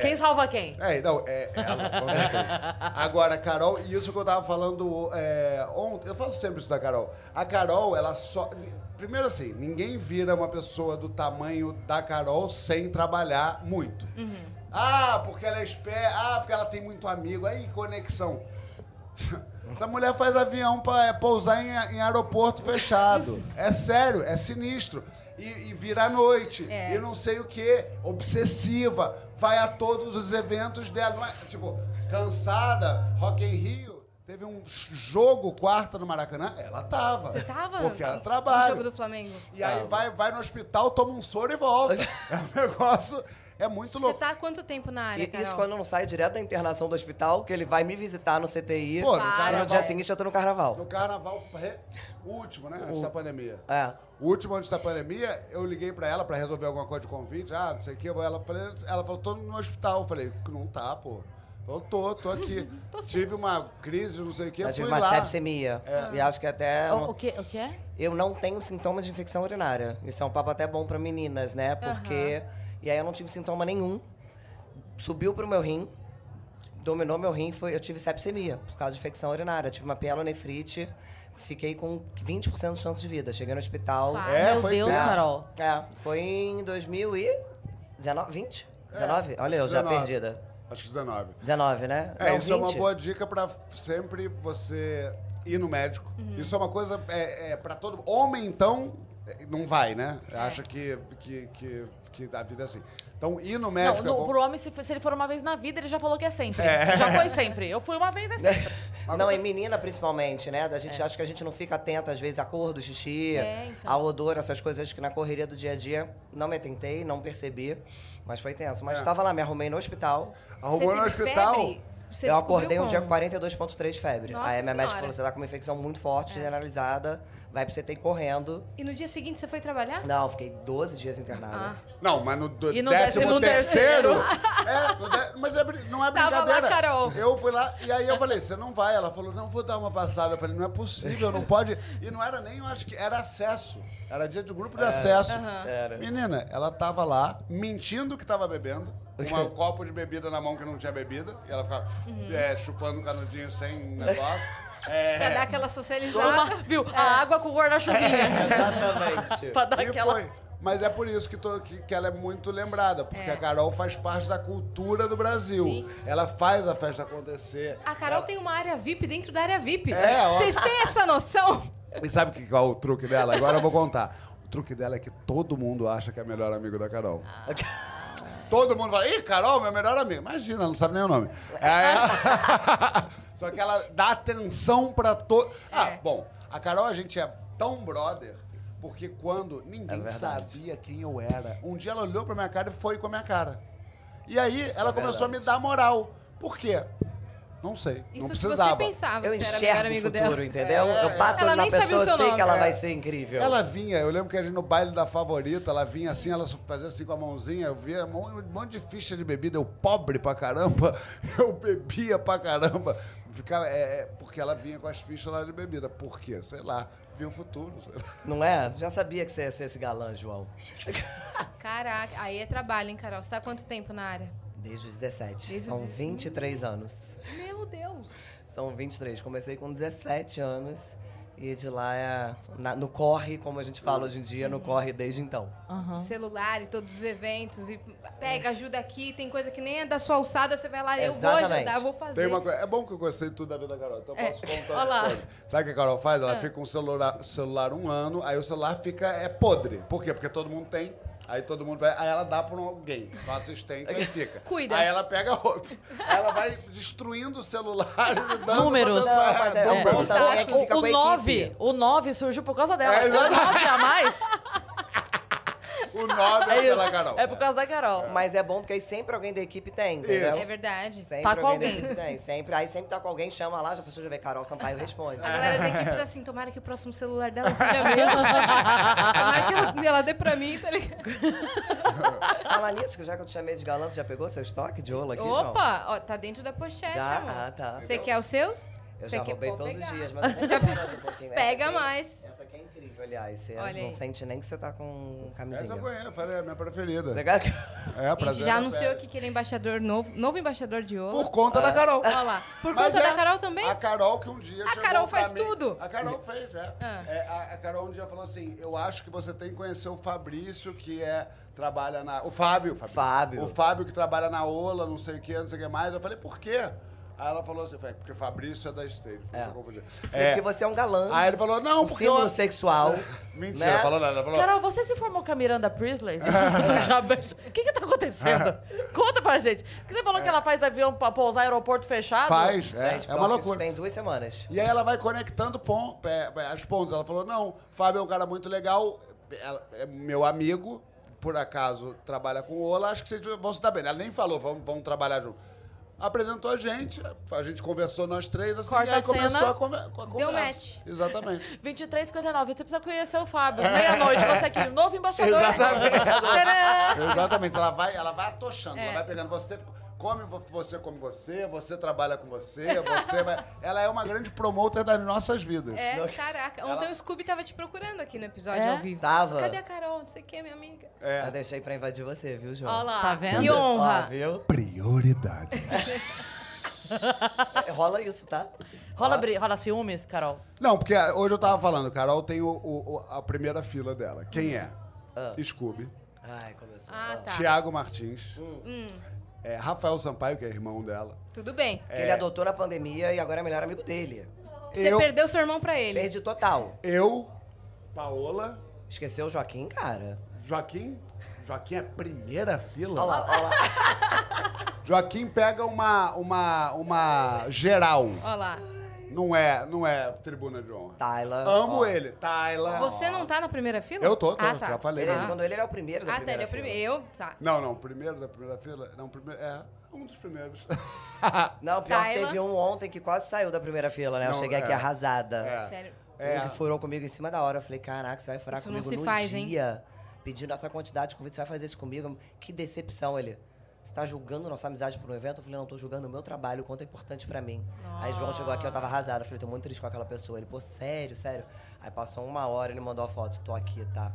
Quem salva quem? É, não, é ela, com certeza. Agora, Carol, e isso que eu tava falando é, ontem, eu falo sempre isso da Carol. A Carol, ela só. Primeiro assim, ninguém vira uma pessoa do tamanho da Carol sem trabalhar muito. Uhum. Ah, porque ela é esperta, ah, porque ela tem muito amigo, aí conexão. Essa mulher faz avião pra é, pousar em, em aeroporto fechado. É sério, é sinistro. E, e vira à noite. É. E não sei o quê. Obsessiva. Vai a todos os eventos dela. Mas, tipo, cansada, Rock em Rio. Teve um jogo quarta no Maracanã. Ela tava. Você tava Porque ela no- trabalha. no jogo do Flamengo? E aí vai, vai no hospital, toma um soro e volta. É um negócio... É muito Você louco. tá há quanto tempo na área, E Carol? isso quando eu não saio direto da internação do hospital, que ele vai me visitar no CTI. Pô, no e carnaval- no dia seguinte eu tô no carnaval. No carnaval re- último, né? Antes da pandemia. É. O último antes da pandemia, eu liguei pra ela pra resolver alguma coisa de convite. Ah, não sei o que. Ela, falei- ela falou, tô no hospital. Eu falei, não tá, pô. Eu tô, tô aqui. tive uma crise, não sei o que. Eu Eu tive fui uma lá. É. sepsemia. E acho que até. O, o que, o que é? Eu não tenho sintoma de infecção urinária. Isso é um papo até bom pra meninas, né? Porque. E aí eu não tive sintoma nenhum. Subiu pro meu rim, dominou meu rim, foi, eu tive sepsemia por causa de infecção urinária. Eu tive uma pielonefrite Fiquei com 20% de chance de vida. Cheguei no hospital. Uau. É, Ah, Meu foi Deus, perto. Carol. É, foi em 2019, 20? É, 19? Olha eu, já 19. perdida. Acho que 19. 19, né? É, Não, isso é uma 20. boa dica pra sempre você ir no médico. Uhum. Isso é uma coisa é, é, pra todo Homem, então, é, não vai, né? Acha que, que, que, que a vida é assim. Então, ir no Não, médico. é no, bom. pro homem, se, f- se ele for uma vez na vida, ele já falou que é sempre. Já foi sempre. Eu fui uma vez, é sempre. Não, em menina principalmente, né? Da gente acha que a gente não fica atenta, às vezes, à cor do xixi, É, então. ao odor, essas coisas que na correria do dia a dia não me atentei, não percebi, mas foi tenso. É. Mas estava lá, me arrumei no hospital. Arrumou no teve hospital. febre? Você eu descobriu acordei um dia com como? 42,3 febre. Nossa Aí a minha médica Senhora. É. falou: você tá com uma infecção muito forte, generalizada, vai pra você ter correndo. E no dia seguinte você foi trabalhar? Ah, Não, eu fiquei 12 dias internada. Não, mas no, do, E no décimo décimo, terceiro. terceiro. é, no dé- mas é brin- não é Tava lá, brincadeira. Carol. Eu fui lá e aí eu falei, você não vai? Ela falou, não, vou dar uma passada. Eu falei, não é possível, não pode. E não era nem, eu acho que era acesso. Era dia de grupo de acesso. Era. Menina, ela tava lá, mentindo que tava bebendo. com Um copo de bebida na mão que não tinha bebida. E ela ficava é, chupando um canudinho sem negócio. É, Pra dar aquela Uma- socializada. viu? A água com o guarda-chuvinha. Exatamente. pra dar E aquela. foi. Mas é por isso que, tô- que- que ela é muito lembrada, porque a Carol faz parte da cultura do Brasil. É. Sim. Ela faz a festa acontecer. A Carol tem uma área VIP dentro da área VIP. É, ó. Vocês têm essa noção? E sabe que, qual é o truque dela? Agora eu vou contar. O truque dela é que todo mundo acha que é o melhor amigo da Carol. Ah. Todo mundo fala, ih, Carol, meu melhor amigo. Imagina, ela não sabe nem o nome. É. Só que ela dá atenção pra todo. Ah, É. bom, a Carol a gente é tão brother. Porque É quando ninguém verdade. sabia quem eu era, um dia ela olhou pra minha cara e foi com a minha cara. E aí ela é começou a me verdade. dar moral. Por quê? Não sei. não Isso que você precisava. pensava. Eu que Ah, você era melhor enxergo o amigo futuro, dela. É. entendeu? Eu bato Ela na nem sabia o pessoa, eu seu sei nome. que ela É. vai ser incrível. Ela vinha, eu lembro que a gente no baile da favorita, ela vinha assim, ela fazia assim com a mãozinha, eu via um mon- um monte de ficha de bebida, eu pobre pra caramba, eu bebia pra caramba. Ficava, é, é, porque ela vinha com as fichas lá de bebida. Por quê? Sei lá, via o futuro. sei lá. Não é? Já sabia que você ia ser esse galã, João. Caraca, aí é trabalho, hein, Carol? Você tá há quanto tempo na área? Desde os 17. Desde São os 23 anos. Meu Deus. São 23. Comecei com 17 anos. E de lá é. na- no corre, como a gente fala hoje em dia, no corre desde então. Aham. Ah. Celular e todos os eventos. E pega, ajuda aqui. Tem coisa que nem é da sua alçada. Você vai lá, eu vou Exatamente. ajudar, eu vou fazer. É. Tem uma coisa, é bom que eu gostei de tudo da vida da Carol, então eu posso contar. Olha lá. Ah. uma coisa. Sabe o que a Carol faz? Ela fica com o celular, celular um ano, aí o celular fica é podre. Por quê? Porque todo mundo tem. Aí todo mundo vai. Aí ela dá pra um alguém, pra um assistente, aí fica. Cuida. Aí ela pega outro. Aí ela vai destruindo o celular e dando pra Números. pessoa. Não, mas é- números. é bom tá- também. é que fica O, com a o equipe. 9, o 9 surgiu por causa dela. É, o 9 exato. a mais O nome é, é, isso. pela Carol. é por causa da Carol. Mas é bom porque aí sempre alguém da equipe tem, entendeu? É verdade. Sempre Tá com da alguém. equipe tem. Sempre. Aí sempre tá com alguém, chama lá, já a pessoa já vê Carol Sampaio responde. A galera da equipe tá assim, tomara que o próximo celular dela seja meu. tomara que ela, ela dê pra mim, tá ligado? Falar nisso, que já que eu te chamei de galã, você já pegou seu estoque de ouro aqui, João? Opa, ó, tá dentro da pochete, Já? amor. Ah, tá. Você quer os seus? Eu Você já quer? roubei Pode todos os pegar. dias, mas eu tenho mais um pouquinho. Essa Pega aqui- mais. Essa aqui é incrível, aliás. Você Olha não aí. sente nem que você tá com camisinha. Essa eu conheço, eu falei, é a minha preferida. Legal? É, A gente prazer. já é anunciou velho. aqui que ele é embaixador novo, novo embaixador de ouro. Por conta da Carol. Olha lá. Por Mas conta é da Carol também? Ah, tá. A Carol que um dia A chegou Carol pra faz mim- tudo. A Carol fez, é. Ah. É, a, a Carol um dia falou assim, eu acho que você tem que conhecer o Fabrício, que é, trabalha na... O Fábio. Fábio. O Fábio que trabalha na Ola, não sei o que, não sei o que mais. Eu falei, por quê? Aí ela falou assim, eu falei, porque o Fabrício é da Stage. É. É. Confundir. É. É. Porque você é um galã. Aí ele falou, não, um porque... símbolo eu- sexual. Mentira, né? falou nada. Ela falou, Carol, você se formou com a Miranda Priestley? Já beijo. O que que tá acontecendo? Conta pra gente. Porque você falou que ela faz avião pra pousar em aeroporto fechado? faz. É, Gente, é uma Brock, loucura. Isso tem duas semanas. E aí ela vai conectando pon- é, é, as pontas. Ela falou: não, Fábio é um cara muito legal, ela- é meu amigo, por acaso trabalha com o Ola, acho que vocês vão se dar bem. Ela nem falou, vamos, vamos trabalhar junto. Apresentou a gente, a gente conversou nós três, assim, Corta e aí a cena, começou a, conver- com a conversa. match. Exatamente. 23,59. Você precisa conhecer o Fábio. Meia-noite, você aqui, novo embaixador. Exatamente. Tcharam! Exatamente. Ela vai, ela vai atochando, É. ela vai pegando você. Come vo- você como você, você trabalha com você, você vai. Ela é uma grande promoter das nossas vidas. É, caraca. Ontem o Scooby tava te procurando aqui no episódio É? ao vivo. Tava. Cadê a Carol? Não sei o que, minha amiga. É. Eu deixei pra Tá invadir você, viu, João? Olha lá. Tá vendo? Que Entendeu? Ó, honra. viu? Prioridade. É, Rola isso, tá? Rola, bri- rola ciúmes, Carol? Não, porque ah, hoje eu tava falando, Carol tem o, o- o- a primeira fila dela. Quem é? Ah. Scooby, Ai, começou. Ah, tá. Hum. Thiago Martins, é, Rafael Sampaio, que é irmão dela. Tudo bem. Ele É. adotou na pandemia e agora é melhor amigo dele. Você eu, perdeu seu irmão pra ele. Perdi total. eu, Paola, Esqueceu o Joaquim, cara? Joaquim. Joaquim é a primeira fila. Olha lá, olha lá. Joaquim pega uma, uma, uma geral. Olha lá. Não é, não é tribuna de honra. Tyler. Amo Tá. ó. ele. Tyler. Você não tá na primeira fila? Eu tô, tô, Ah, tá. já falei. Beleza, Ah. quando ele era o primeiro da Ah, tá, ele é primeira o fila. primeiro. Eu, tá. Não, não, primeiro da primeira fila. Não, primeiro. É, um dos primeiros. Não, pior que Tyler. teve um ontem que quase saiu da primeira fila, né? Não, eu cheguei aqui é. arrasada. É. Sério. É. Um que furou comigo em cima da hora. Eu falei, caraca, você vai furar Isso não comigo se no faz, hein? dia. Pedindo essa quantidade de convite, você vai fazer isso comigo. Que decepção ele. Você tá julgando nossa amizade por um evento? Eu falei, não, tô julgando o meu trabalho, o quanto é importante pra mim. Aí o João chegou aqui, eu tava arrasada. Eu falei, tô muito triste com aquela pessoa. Ele, pô, sério, sério. Aí passou uma hora, ele mandou a foto. Tô aqui, tá?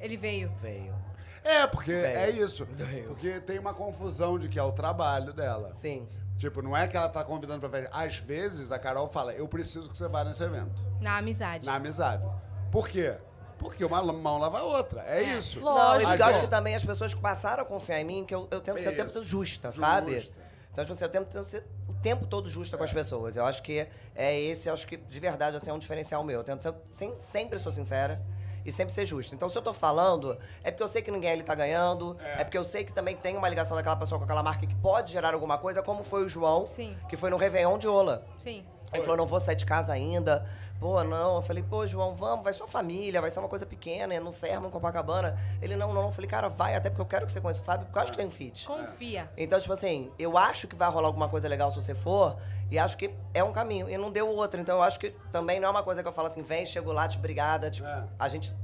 Ele veio. Veio. É, porque Velho. é isso. Velho. Porque tem uma confusão de que é o trabalho dela. Sim. Tipo, não é que ela tá convidando pra festa. Às vezes a Carol fala, eu preciso que você vá nesse evento. Na amizade. Na amizade. Por quê? Porque uma mão lava a outra. É, É. isso. Lógico. Não, e Acho porque eu acho que- que também as pessoas passaram a confiar em mim, que eu, eu tento ser o tempo Isso. todo justa, Justa. sabe? Então, tipo assim, eu tento, tento ser o tempo todo justa com as pessoas. Eu acho que é esse, eu acho que de verdade, assim, é um diferencial meu. Eu tento ser, sem- sempre sou sincera e sempre ser justa. Então, se eu tô falando, é porque eu sei que ninguém ali tá ganhando, é, porque eu sei que também tem uma ligação daquela pessoa com aquela marca que pode gerar alguma coisa, como foi o João, Sim. que foi no Réveillon de Ola. Sim. Ele falou, não vou sair de casa ainda. Pô, não. Eu falei, pô, João, vamos, vai sua família, vai ser uma coisa pequena, é no Fermo, em Copacabana. Ele, não, não. Eu falei, cara, vai, até porque eu quero que você conheça o Fábio, porque eu acho que tem um fit. Confia. Então, tipo assim, eu acho que vai rolar alguma coisa legal se você for, e acho que é um caminho. E não deu outro. Então, eu acho que também não é uma coisa que eu falo assim, vem, chego lá, te brigada. Tipo, É. a gente,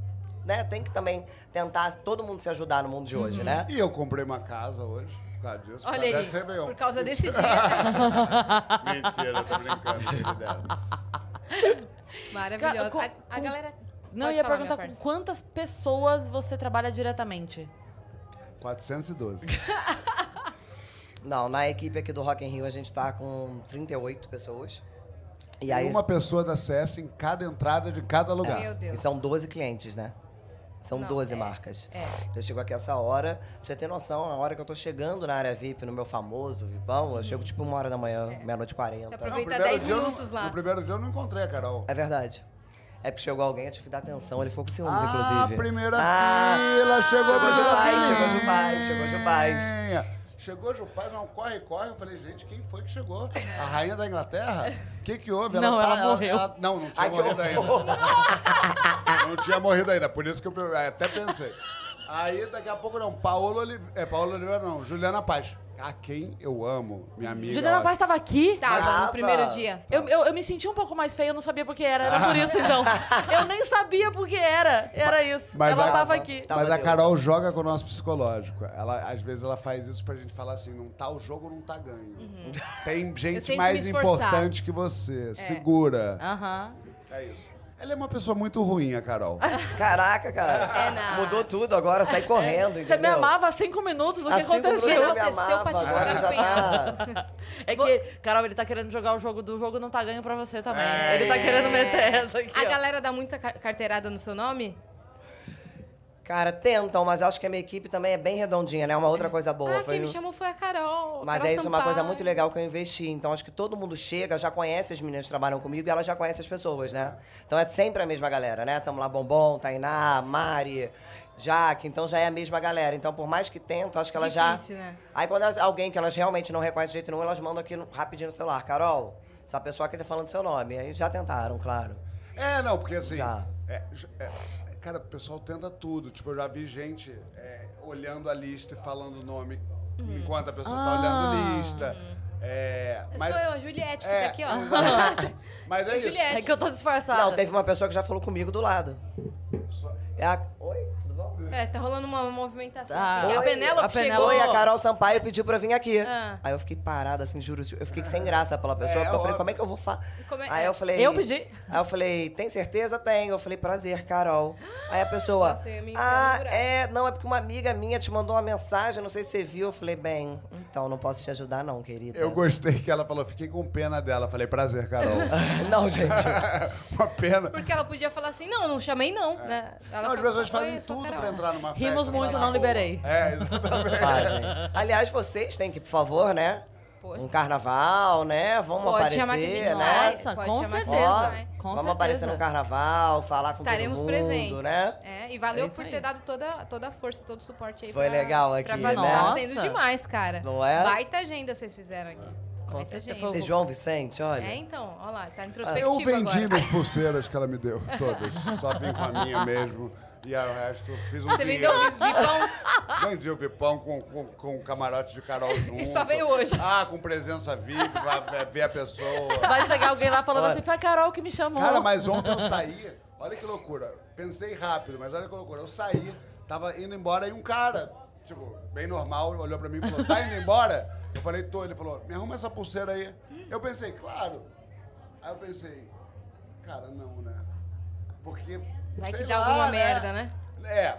né, tem que também tentar todo mundo se ajudar no mundo de hoje, né? E eu comprei uma casa hoje, por causa disso. por Olha causa aí. desse Réveillon. Por causa desse dia. Mentira, eu tô brincando. filho dela. Maravilhosa. Ca- A, a com- galera. Não, eu Pode ia falar, perguntar minha com parça. quantas pessoas você trabalha diretamente. 412. Não, na equipe aqui do Rock in Rio, a gente tá com 38 pessoas. E aí, uma pessoa da CS em cada entrada de cada lugar. Meu Deus. E são 12 clientes, né? São Não, 12 é, marcas. é. Eu chego aqui essa hora, pra você ter noção, a hora que eu tô chegando na área VIP, no meu famoso VIPão, eu chego tipo uma hora da manhã, meia-noite e É. Dá pra 40. No Aproveitar primeiro 10 dia eu não- tá minutos lá. No primeiro dia eu não encontrei a Carol. É verdade. É porque chegou alguém, eu tive que dar atenção, ele ficou com ciúmes, Ah, inclusive. primeira Ah, fila, chegou chegou a Jupaz, chegou Jupaz, chegou Jupaz. Chegou Jupaz, não, corre, corre. Eu falei, gente, quem foi que chegou? A rainha da Inglaterra? O que que houve? tá- Não, ela morreu. não, não tinha Ai, que morrido ainda. horror. Não tinha morrido ainda, por isso que eu é, até pensei. Aí daqui a pouco não, Paulo Oliveira, é, Paulo Oliveira não, Juliana Paz. A quem eu amo, minha amiga. Juliana ó. Paz tava aqui? Tava Tá, no Tava. primeiro dia. Eu, eu, eu me senti um pouco mais feia, eu não sabia por que era. Era por isso, então. Eu nem sabia por que era. Era isso. mas Ela a- tava aqui. Tá. Mas Tava a Deus. Carol joga com o nosso psicológico. Ela, às vezes ela faz isso pra gente falar assim, não tá o jogo, não tá ganho. Tem Uhum. tenho que gente me mais esforçar. É. importante que você. Segura. Aham. É isso. Ela é uma pessoa muito ruim, a Carol. Caraca, cara. É, na- Mudou tudo agora, sai correndo, entendeu? Você me amava há cinco minutos, o que Há cinco minutos aconteceu? eu me Enalteceu amava, pra te jogar agora no já tá... É que, Carol, ele tá querendo jogar o jogo do jogo, não tá ganho pra você também. É. Ele tá querendo meter essa aqui. A ó. galera dá muita car- carteirada no seu nome? Cara, tentam, mas acho que a minha equipe também é bem redondinha, né? Uma outra coisa boa. ah, Foi quem me um- chamou foi a Carol. Mas Carol é isso, uma coisa Sampaio. muito legal que eu investi. Então, acho que todo mundo chega, já conhece as meninas que trabalham comigo e elas já conhecem as pessoas, né? Então, é sempre a mesma galera, né? Tamo lá, Bombom, Tainá, Mari, Jaque. Então, já é a mesma galera. Então, por mais que tentam, acho que elas Difícil, já... né? Aí, quando elas- alguém que elas realmente não reconhecem de jeito nenhum, elas mandam aqui no- rapidinho no celular. Carol, essa pessoa aqui tá falando seu nome. Aí, já tentaram, claro. É, não, porque assim. Já. é, j- é, cara, o pessoal tenta tudo. Tipo, eu já vi gente é, olhando a lista e falando o nome enquanto a pessoa tá olhando a lista. É, mas, Sou Uhum. Ah. eu, a Juliette, que É, tá aqui, ó. mas é Sou isso. Juliette. É que eu tô disfarçada. Não, teve uma pessoa que já falou comigo do lado. Só- É a... Oi, tudo É, tá rolando uma movimentação. Tá. aqui. A Oi, Penélope a Penélope- chegou. Oi, a Carol Sampaio pediu pra eu vir aqui. Ah. Aí eu fiquei parada, assim, juro. Eu fiquei sem graça pela pessoa, É, porque eu falei, óbvio. como é que eu vou falar? Como é- Aí eu falei... Eu pedi. Aí eu falei, tem certeza? Tenho. Eu falei, prazer, Carol. Aí a pessoa, Nossa, eu ia me enfiar no ah, buraco." é, não, é porque uma amiga minha te mandou uma mensagem, não sei se você viu. Eu falei, bem, então, não posso te ajudar não, querida. Eu gostei que ela falou, fiquei com pena dela. Falei, prazer, Carol. não, gente. Uma pena. Porque ela podia falar assim, não, não chamei não, né? Ela Não, as fala, pessoas "Oi, eu fazem sou a tudo Carol." pra entrar numa festa. Rimos pra muito, dar não boa. liberei. É, exatamente. Fazem. Aliás, vocês têm que, por favor, né? Poxa. Um carnaval, né? Vamos Pode chamar que a gente vai. aparecer, né? Nossa, Pode com chamar certeza. né? Ó, vai. Com vamos certeza. aparecer no carnaval, falar com Estaremos todo mundo, presentes. né? É, e valeu É isso por aí. ter dado toda, toda a força, todo o suporte aí. Foi pra- legal aqui, pra né? fazer. Tá Nossa. sendo demais, cara. Não é? Baita agenda vocês fizeram aqui. Com Baita certeza. agenda. Tem João Vicente, olha. É, então, olha lá, tá introspectivo Eu vendi agora. minhas pulseiras que ela me deu, todas. Só vim com a minha mesmo. E aí o resto, fiz um Você vendeu dinheiro. um vipão Vendi o pipão com, com, com o camarote de Carol junto. e só veio hoje. Ah, com presença VIP, pra ver- ver a pessoa. Vai chegar alguém lá falando Olha. assim, foi a Carol que me chamou. Cara, mas ontem eu saí, olha que loucura. Pensei rápido, mas olha que loucura. Eu saí, tava indo embora e um cara, tipo, bem normal, olhou pra mim e falou: tá indo embora? Eu falei: tô. Ele falou: me arruma essa pulseira aí. Eu pensei: claro. Aí eu pensei: cara, não, né? Porque. Vai sei que dá lá, alguma merda, né? É.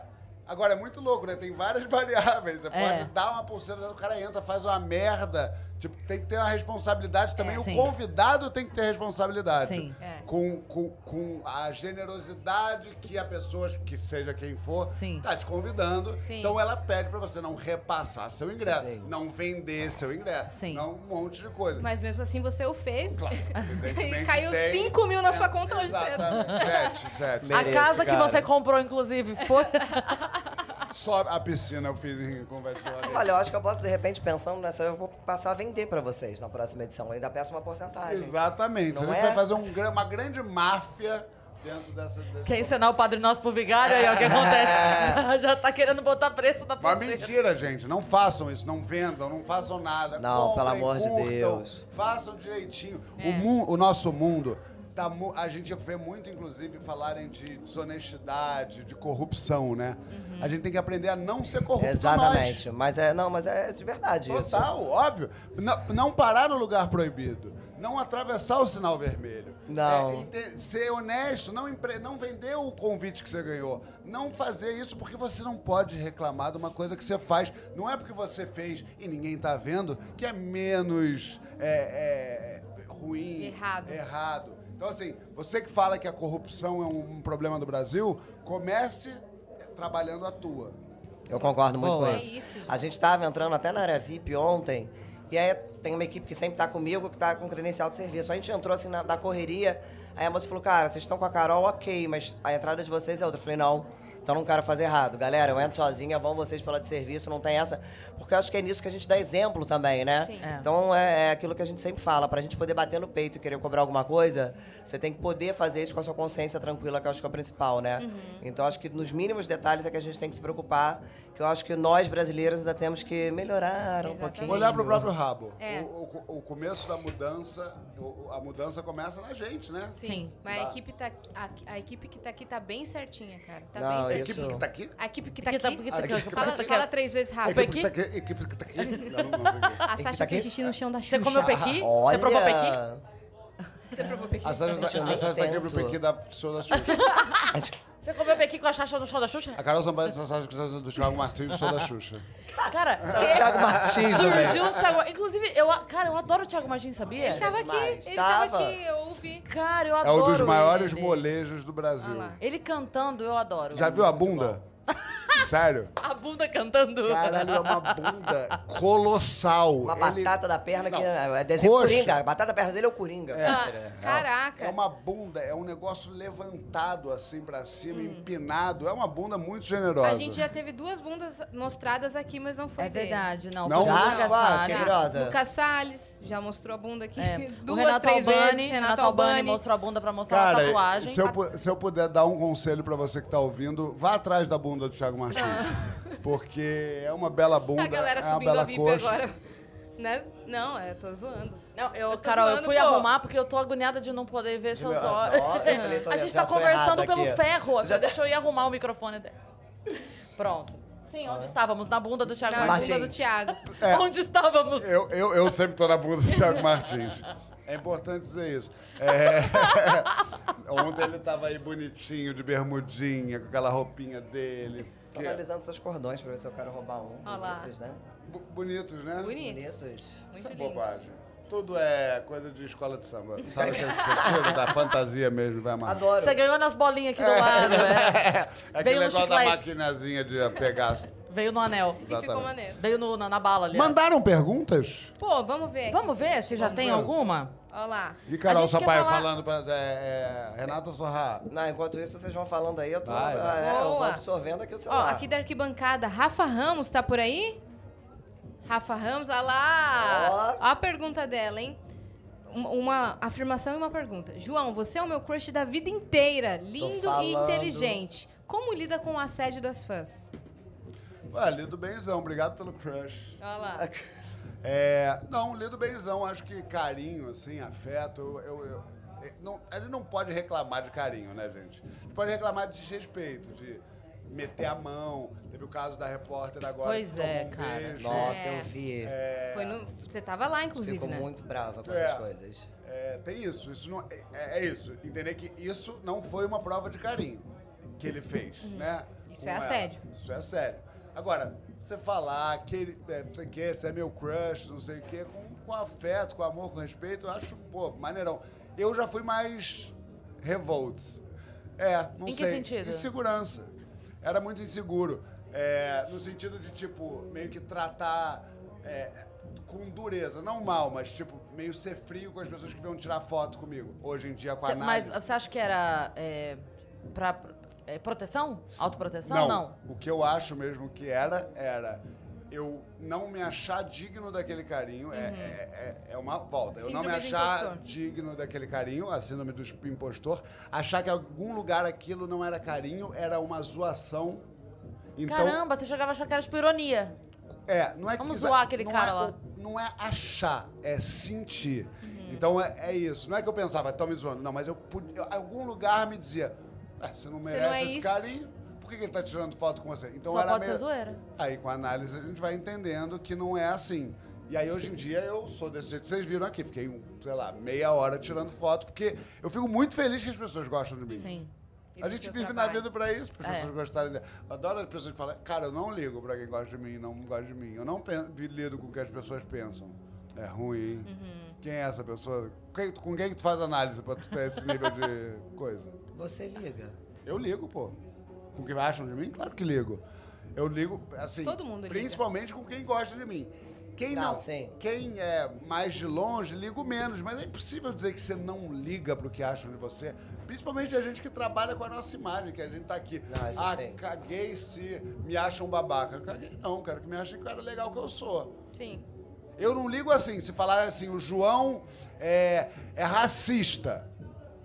Agora, é muito louco, né? Tem várias variáveis. Você É. pode dar uma pulseira, o cara entra, faz uma merda. Tipo, tem que ter uma responsabilidade também. É, o sim. convidado tem que ter responsabilidade. Sim. É. Com, com, com a generosidade que a pessoa, que seja quem for, Sim. tá te convidando. Sim. Então ela pede pra você não repassar seu ingresso, Sim. não vender seu ingresso, Sim. não um monte de coisa. Mas mesmo assim você o fez. Claro, evidentemente E caiu tem- É, 5 mil na sua conta hoje cedo. Exatamente. Sete, sete. A Merece, casa que cara. você comprou, inclusive, foi... Só a piscina eu fiz em conversa com Olha, eu acho que eu posso, de repente, pensando nessa, eu vou passar a vender pra vocês na próxima edição. Eu ainda peço uma porcentagem. Exatamente. Não a gente é? vai fazer um gra- uma grande máfia dentro dessa. desse- Quer ensinar o Padre Nosso pro vigário, aí ó, o que acontece? Já, já tá querendo botar preço na Mas pulseira. Tá mentira, gente. Não façam isso. Não vendam, não façam nada. Não, Comprem, pelo amor de curtam, Deus. Façam direitinho. O, mu- o nosso mundo. tá mu- a gente vê muito, inclusive, falarem de desonestidade, de corrupção, né? A gente tem que aprender a não ser corrupto nós. Exatamente. Mas é, não, mas é de verdade isso. Total, óbvio. Não, não parar no lugar proibido. Não atravessar o sinal vermelho. Não. É, ente- ser honesto, não, empre- não vender o convite que você ganhou. Não fazer isso porque você não pode reclamar de uma coisa que você faz. Não é porque você fez e ninguém tá vendo que é menos é, é, ruim. Errado. Errado. Então, assim, você que fala que a corrupção é um, um problema do Brasil, comece trabalhando a tua. Eu concordo muito Boa. com É isso. isso. A gente estava entrando até na área VIP ontem, e aí tem uma equipe que sempre tá comigo, que tá com credencial de serviço. A gente entrou assim na, da correria, aí a moça falou, cara, vocês estão com a Carol, ok, mas a entrada de vocês é outra. Eu falei, não, então não quero fazer errado. Galera, eu entro sozinha, vão vocês pela de serviço, não tem essa. Porque eu acho que é nisso que a gente dá exemplo também, né? Sim. É. Então é, é aquilo que a gente sempre fala, pra gente poder bater no peito e querer cobrar alguma coisa, você tem que poder fazer isso com a sua consciência tranquila, que eu acho que é o principal, né? Então acho que nos mínimos detalhes é que a gente tem que se preocupar, que eu acho que nós brasileiros ainda temos que melhorar um Exatamente. pouquinho. Olhar pro próprio rabo. É. O, o- o começo da mudança, o- o- a mudança começa na gente, né? Sim. Mas a Tá. equipe, tá, a, a equipe que tá aqui tá bem certinha, cara. Tá Não, bem A certinha. equipe que tá aqui? A equipe que tá Que tá- aqui. que tá- que tá- que Fala, tá- fala três vezes A rápido. Pequi? equipe que tá aqui? A equipe que tá aqui? Não, não consegui. A que Sasha tá aqui? fez xixi no chão da Xuxa. Você comeu pequi? Olha! Você provou pequi? Você provou pequi? A Sérgio Gente, eu nem tá aqui pro tento. Pequi da show da Xuxa. Você comeu pequi com a chacha no chão da Xuxa? A Carol Sampaio da Sérgio Cruzado é do Thiago Martins do show da Xuxa. Cara, é Thiago Martins, surgiu o Thiago... Inclusive, eu, a- cara, eu adoro o Thiago Martins, sabia? Ele tava aqui, Demais. ele tava Tava. aqui, eu ouvi. Cara, eu É adoro um dos maiores ele. molejos do Brasil. Ah lá. Ele cantando, eu adoro. Já viu a bunda? Sério? A bunda cantando. Caralho, é uma bunda colossal. Uma Ele- batata da perna que Não. é desenho Coxa. Coringa. A batata da perna dele é o Coringa. Ah, Caraca. É uma bunda, é um negócio levantado assim pra cima, empinado. É uma bunda muito generosa. Hum. A gente é já teve duas bundas mostradas aqui, mas não foi É dele. verdade, não. Não? Foi Já? Lucas Uau, Salles. ah, fiquei curiosa. Lucas Salles já mostrou a bunda aqui. É, Duas, o Renato três Albani, vezes. Renato Albani mostrou a bunda pra mostrar Cara, a tatuagem. Se eu, pu- se eu puder dar um conselho pra você que tá ouvindo, vá atrás da bunda do Thiago Martins. Porque é uma bela bunda, Ah. A galera é uma subindo a bela VIP coxa. agora. Né? Não, eu tô zoando. Não, eu, Eu tô Carol, eu zoando, fui pô. arrumar porque eu tô agoniada de não poder ver seus meu- olhos. Ó, eu falei, tô- a gente já tá tô conversando errado pelo aqui. ferro. Já- Deixa eu ir arrumar o microfone dela. Pronto. Sim, onde estávamos? Na bunda do Thiago Na Martins. bunda do Martins. Thiago. É. Onde estávamos? Eu, eu, eu sempre tô na bunda do Thiago Martins. É importante dizer isso. É, Ontem ele tava aí bonitinho, de bermudinha, com aquela roupinha dele. Tô Que- analisando seus cordões pra ver se eu quero roubar um. Olha lá. Bonitos, né? bu- Bonitos, né? Bonitos. Bonitos. Isso é Muito lindos. bobagem. Tudo é coisa de escola de samba. Sabe aquele coisa da fantasia mesmo, vai amarrar. Adoro. Você ganhou nas bolinhas aqui do lado, é. É aquele Veio nos negócio da chicletes. maquinazinha de pegar. Veio no anel. E ficou Exatamente. maneiro. Veio no- na, na bala ali. Mandaram perguntas? Pô, vamos ver. Vamos ver se já tem alguma? Olha lá. E A Carol gente quer Sampaio falar- falando pra. É, é, Renata Sorra. Não, enquanto isso, vocês vão falando aí, eu tô Vai, vai. ah, é, eu vou Boa. absorvendo aqui o Ó, celular. aqui da arquibancada, Rafa Ramos tá por aí? Rafa Ramos, olha lá! Ó. Ó a pergunta dela, hein? Um- Uma afirmação e uma pergunta. João, você é o meu crush da vida inteira. Lindo e falando. inteligente. Como lida com o assédio das fãs? Ah, lido benzão, obrigado pelo crush. Olha lá. É, não, lido benzão, acho que carinho, assim, afeto. Eu, eu- eu- é, não, ele não pode reclamar de carinho, né, gente? Ele pode reclamar de desrespeito, de meter a mão. Teve o caso da repórter agora. Pois que tomou é, um cara. beijo. Nossa, É. eu vi. Foi no- Você tava lá, inclusive, Fico né? muito brava com É. essas coisas. É, tem isso. isso não, é- é, é isso. Entender que isso não foi uma prova de carinho que ele fez, né? Isso Com é ela. assédio. Isso é assédio. Agora, você falar que ele, é, não sei o que, você é meu crush, não sei o que, com, com afeto, com amor, com respeito, eu acho, pô, maneirão. Eu já fui mais revolts. É, não Em que sei. sentido? Insegurança. Era muito inseguro. É, no sentido de, tipo, meio que tratar é, com dureza. Não mal, mas, tipo, meio ser frio com as pessoas que vão tirar foto comigo. Hoje em dia, com a Cê- mas análise. você acha que era é, pra é, proteção? Autoproteção? Não, Não. O que eu acho mesmo que era, era eu não me achar digno daquele carinho. É, é, é- é uma volta. eu não me Síndrome do achar impostor. digno daquele carinho, a síndrome do impostor. Achar que em algum lugar aquilo não era carinho, era uma zoação. Então, Caramba, você chegava a achar que era tipo ironia. é, não é Vamos exa- zoar aquele não cara é lá. o- Não é achar, é sentir. Uhum. Então é, é isso. Não é que eu pensava, estão me zoando. Não, mas eu, pude- eu- algum lugar me dizia, "Ah, você não merece é esse isso." carinho. Por que, que ele tá tirando foto com você? Então Só era pode meio... ser zoeira. Aí com a análise a gente vai entendendo que não é assim. E aí hoje em dia eu sou desse jeito que vocês viram aqui. Fiquei, um, sei lá, meia hora tirando foto, porque eu fico muito feliz que as pessoas gostam de mim. Sim. E A do gente seu vive na trabalho. vida pra isso, porque as É. pessoas gostarem dela. Eu Adoro as pessoas que falam, cara, eu não ligo pra quem gosta de mim e não gosta de mim. Eu não pen- lido com o que as pessoas pensam. É ruim, hein? Uhum. Quem é essa pessoa? Quem- com quem que tu faz análise pra tu ter esse nível de coisa? Você liga. Eu ligo, pô. Com o que acham de mim? Claro que ligo. Eu ligo, assim. Todo mundo liga. Principalmente com quem gosta de mim. Quem Não, não, sim. quem é mais de longe, ligo menos. Mas é impossível dizer que você não liga pro que acham de você. Principalmente a gente que trabalha com a nossa imagem, que a gente tá aqui. Não, isso ah, sim. caguei se me acham babaca. Caguei não, quero que me achem que eu era legal que eu sou. Sim. Eu não ligo assim, se falar assim, o João é, é racista.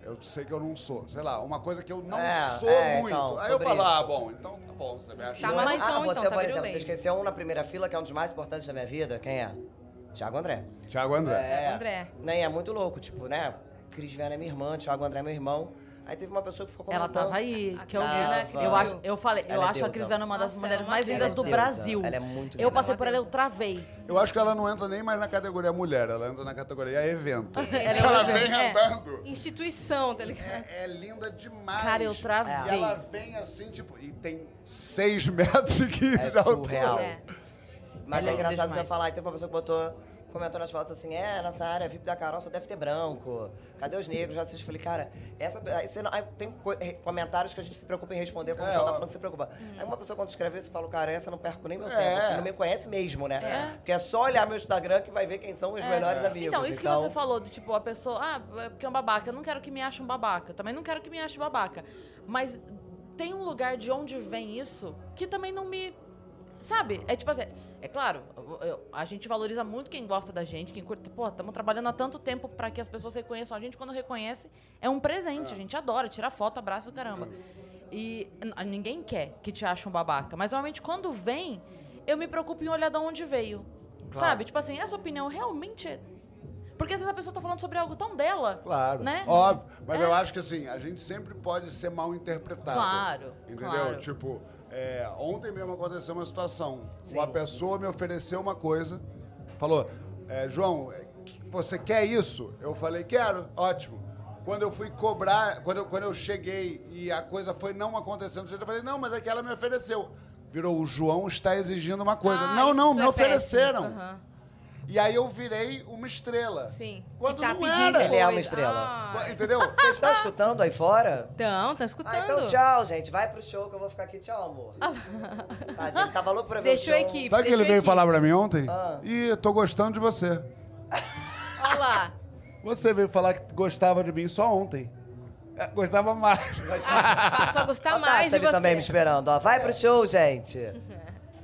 Eu sei que eu não sou. Sei lá, uma coisa que eu não É, sou é, muito. então, Aí eu sobre falo, isso. ah, bom, então tá bom, você me achou. Tá, mas- ah, então, você, então, tá por exemplo, virulento. você esqueceu um na primeira fila, que é um dos mais importantes da minha vida. Quem é? Tiago André. Tiago André. É, André. Né, e é muito louco, tipo, né? Cris Viana é minha irmã, Tiago André é meu irmão. Aí teve uma pessoa que ficou Ela comentando. então? tava aí, que eu vi. Tava. Eu, acho, eu falei, eu Ela é acho a deusa. Cris Viana uma das Nossa, mulheres ela é mais uma lindas do deusa. Brasil. Ela é muito Eu linda. passei Ela é uma por ela, eu deusa. travei. Eu acho que ela não entra nem mais na categoria mulher, ela entra na categoria evento. Ela é ela outra- vem é, andando. Instituição, tá ligado? É, é linda demais. Cara, eu travei. E ela vem assim, tipo, e tem 6 metros e 15 É de altura. surreal. É. Mas Ela é é engraçado que eu ia demais. falar. E teve uma pessoa que botou, comentou nas fotos assim: é, nessa área VIP da Carol só deve ter branco. Cadê os negros? Já assisti. Falei, cara, essa. aí você não- aí tem co- re- comentários que a gente se preocupa em responder, como É, o João ó. tá falando que se preocupa. Aí uma pessoa, quando escreve isso, fala, cara, essa eu não perco nem meu É. tempo, porque não me conhece mesmo, né? Porque é só olhar meu Instagram que vai ver quem são os É. melhores amigos. Então, isso que você falou, de tipo, a pessoa, ah, é porque é um babaca, eu não quero que me ache um babaca, eu também não quero que me ache babaca. Mas tem um lugar de onde vem isso que também não me. Sabe? É tipo assim, é claro, eu- eu- a gente valoriza muito quem gosta da gente, quem curta. Pô, estamos trabalhando há tanto tempo pra que as pessoas reconheçam a gente. Quando reconhece, é um presente. A gente adora, tira foto, abraça, caramba. E n- ninguém quer que te ache um babaca. Mas normalmente quando vem, eu me preocupo em olhar de onde veio. Claro. Sabe? Tipo assim, essa opinião realmente é porque às vezes a pessoa tá falando sobre algo tão dela. Claro. Né? Óbvio. Mas É. eu acho que assim, a gente sempre pode ser mal interpretado. Claro, Entendeu? claro. Tipo, é, É, ontem mesmo aconteceu uma situação. Sim. Uma pessoa me ofereceu uma coisa, falou: é, João, é, que- você quer isso? Eu falei: quero, ótimo. Quando eu fui cobrar, quando eu, quando eu cheguei e a coisa foi não acontecendo, do jeito, eu falei: não, mas é que ela me ofereceu. Virou: o João está exigindo uma coisa. Ah, não, não, isso me é ofereceram. péssimo. Aham. E aí eu virei uma estrela. Sim. Quando E tá não pedindo era. Ele é uma coisa. estrela. Ah. Entendeu? Vocês estão escutando aí fora? Então, tá Ah, escutando. Ah. então tchau, gente. Vai pro show que eu vou ficar aqui. Tchau, amor. Tadinho, ele tava louco pra ver Deixou o a show. equipe. Sabe o que deixa ele eu veio aqui. falar pra mim ontem? Ah. Ih, tô gostando de você. Olha lá. Você veio falar que gostava de mim só ontem. É, Gostava mais. Então Passou a gostar Ó, Tá mais Tassi de ali você. tá, também me esperando. Ó, vai pro show, gente.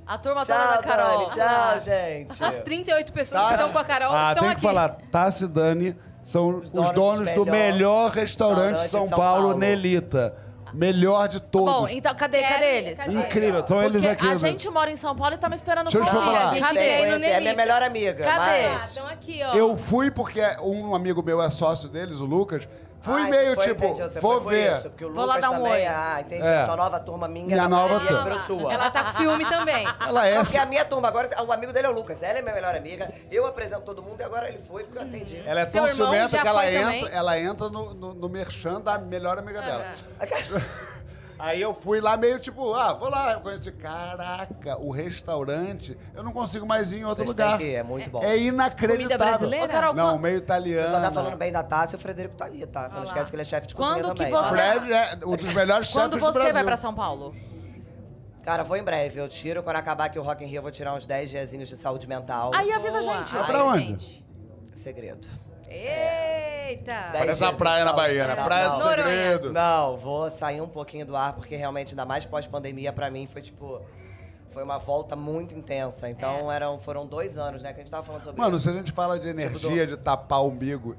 A turma toda da Tchau, Carol. Dani. Tchau, gente. As 38 pessoas Tá. Tassi- que estão com a Carol ah, estão tem aqui. que falar. Tassi e Dani são os donos, do melhor restaurante de São, Paulo, Nelita. Melhor de todos. Bom, então, cadê, Quero- cadê eles? cadê? Incrível. São eles Porque aqui. a né? gente mora em São Paulo e tá me esperando Deixa eu te por falar. aqui. Gente, Cadê? tem que No conhecer, É minha Nelita. melhor amiga. Cadê? Ah, Mas... estão aqui, ó. Eu fui porque um amigo meu é sócio deles, o Lucas. Fui Ah, meio você foi, tipo, entendi, você vou foi por ver. isso, porque o Vou lá Lucas dar um também oi. é- Ah, entendi. É. Sua nova turma minha. Minha da nova pandemia turma. virou sua. Ela tá com ciúme também. Ela é Porque a minha turma agora, o amigo dele é o Lucas, ela é minha melhor amiga, eu apresento todo mundo e agora ele foi porque eu atendi. Ela é Seu tão irmão ciumenta já que ela foi também? entra, ela entra no, no, no merchan da melhor amiga dela. Aí eu fui lá meio tipo, ah, vou lá, eu conheci. Caraca, o restaurante, eu não consigo mais ir em outro Vocês lugar. têm que ir, é muito bom. É inacreditável. Comida brasileira? Ô, Carol, não, quan- meio italiano. Você só tá falando bem da Tássia e o Frederico tá ali, tá? Você não Olha lá. esquece que ele é chefe de Quando cozinha que também. você- tá? Fred é um dos melhores Quando chefes do você Brasil. vai pra São Paulo? Cara, vou em breve, eu tiro. Quando acabar aqui o Rock in Rio, eu vou tirar uns 10 diazinhos de saúde mental. Aí avisa a Boa. gente. Vai pra Ai, onde? gente. Segredo. Eita. Dez Parece dias uma praia de na saúde Bahia, né? mental. Praia do Não. Noronha. Segredo. Não, vou sair um pouquinho do ar, porque realmente, ainda mais pós-pandemia, pra mim foi tipo. Foi uma volta muito intensa. Então É. eram, foram dois anos, né? Que a gente tava falando sobre Mano, isso. se a gente fala de energia, de tapar o umbigo,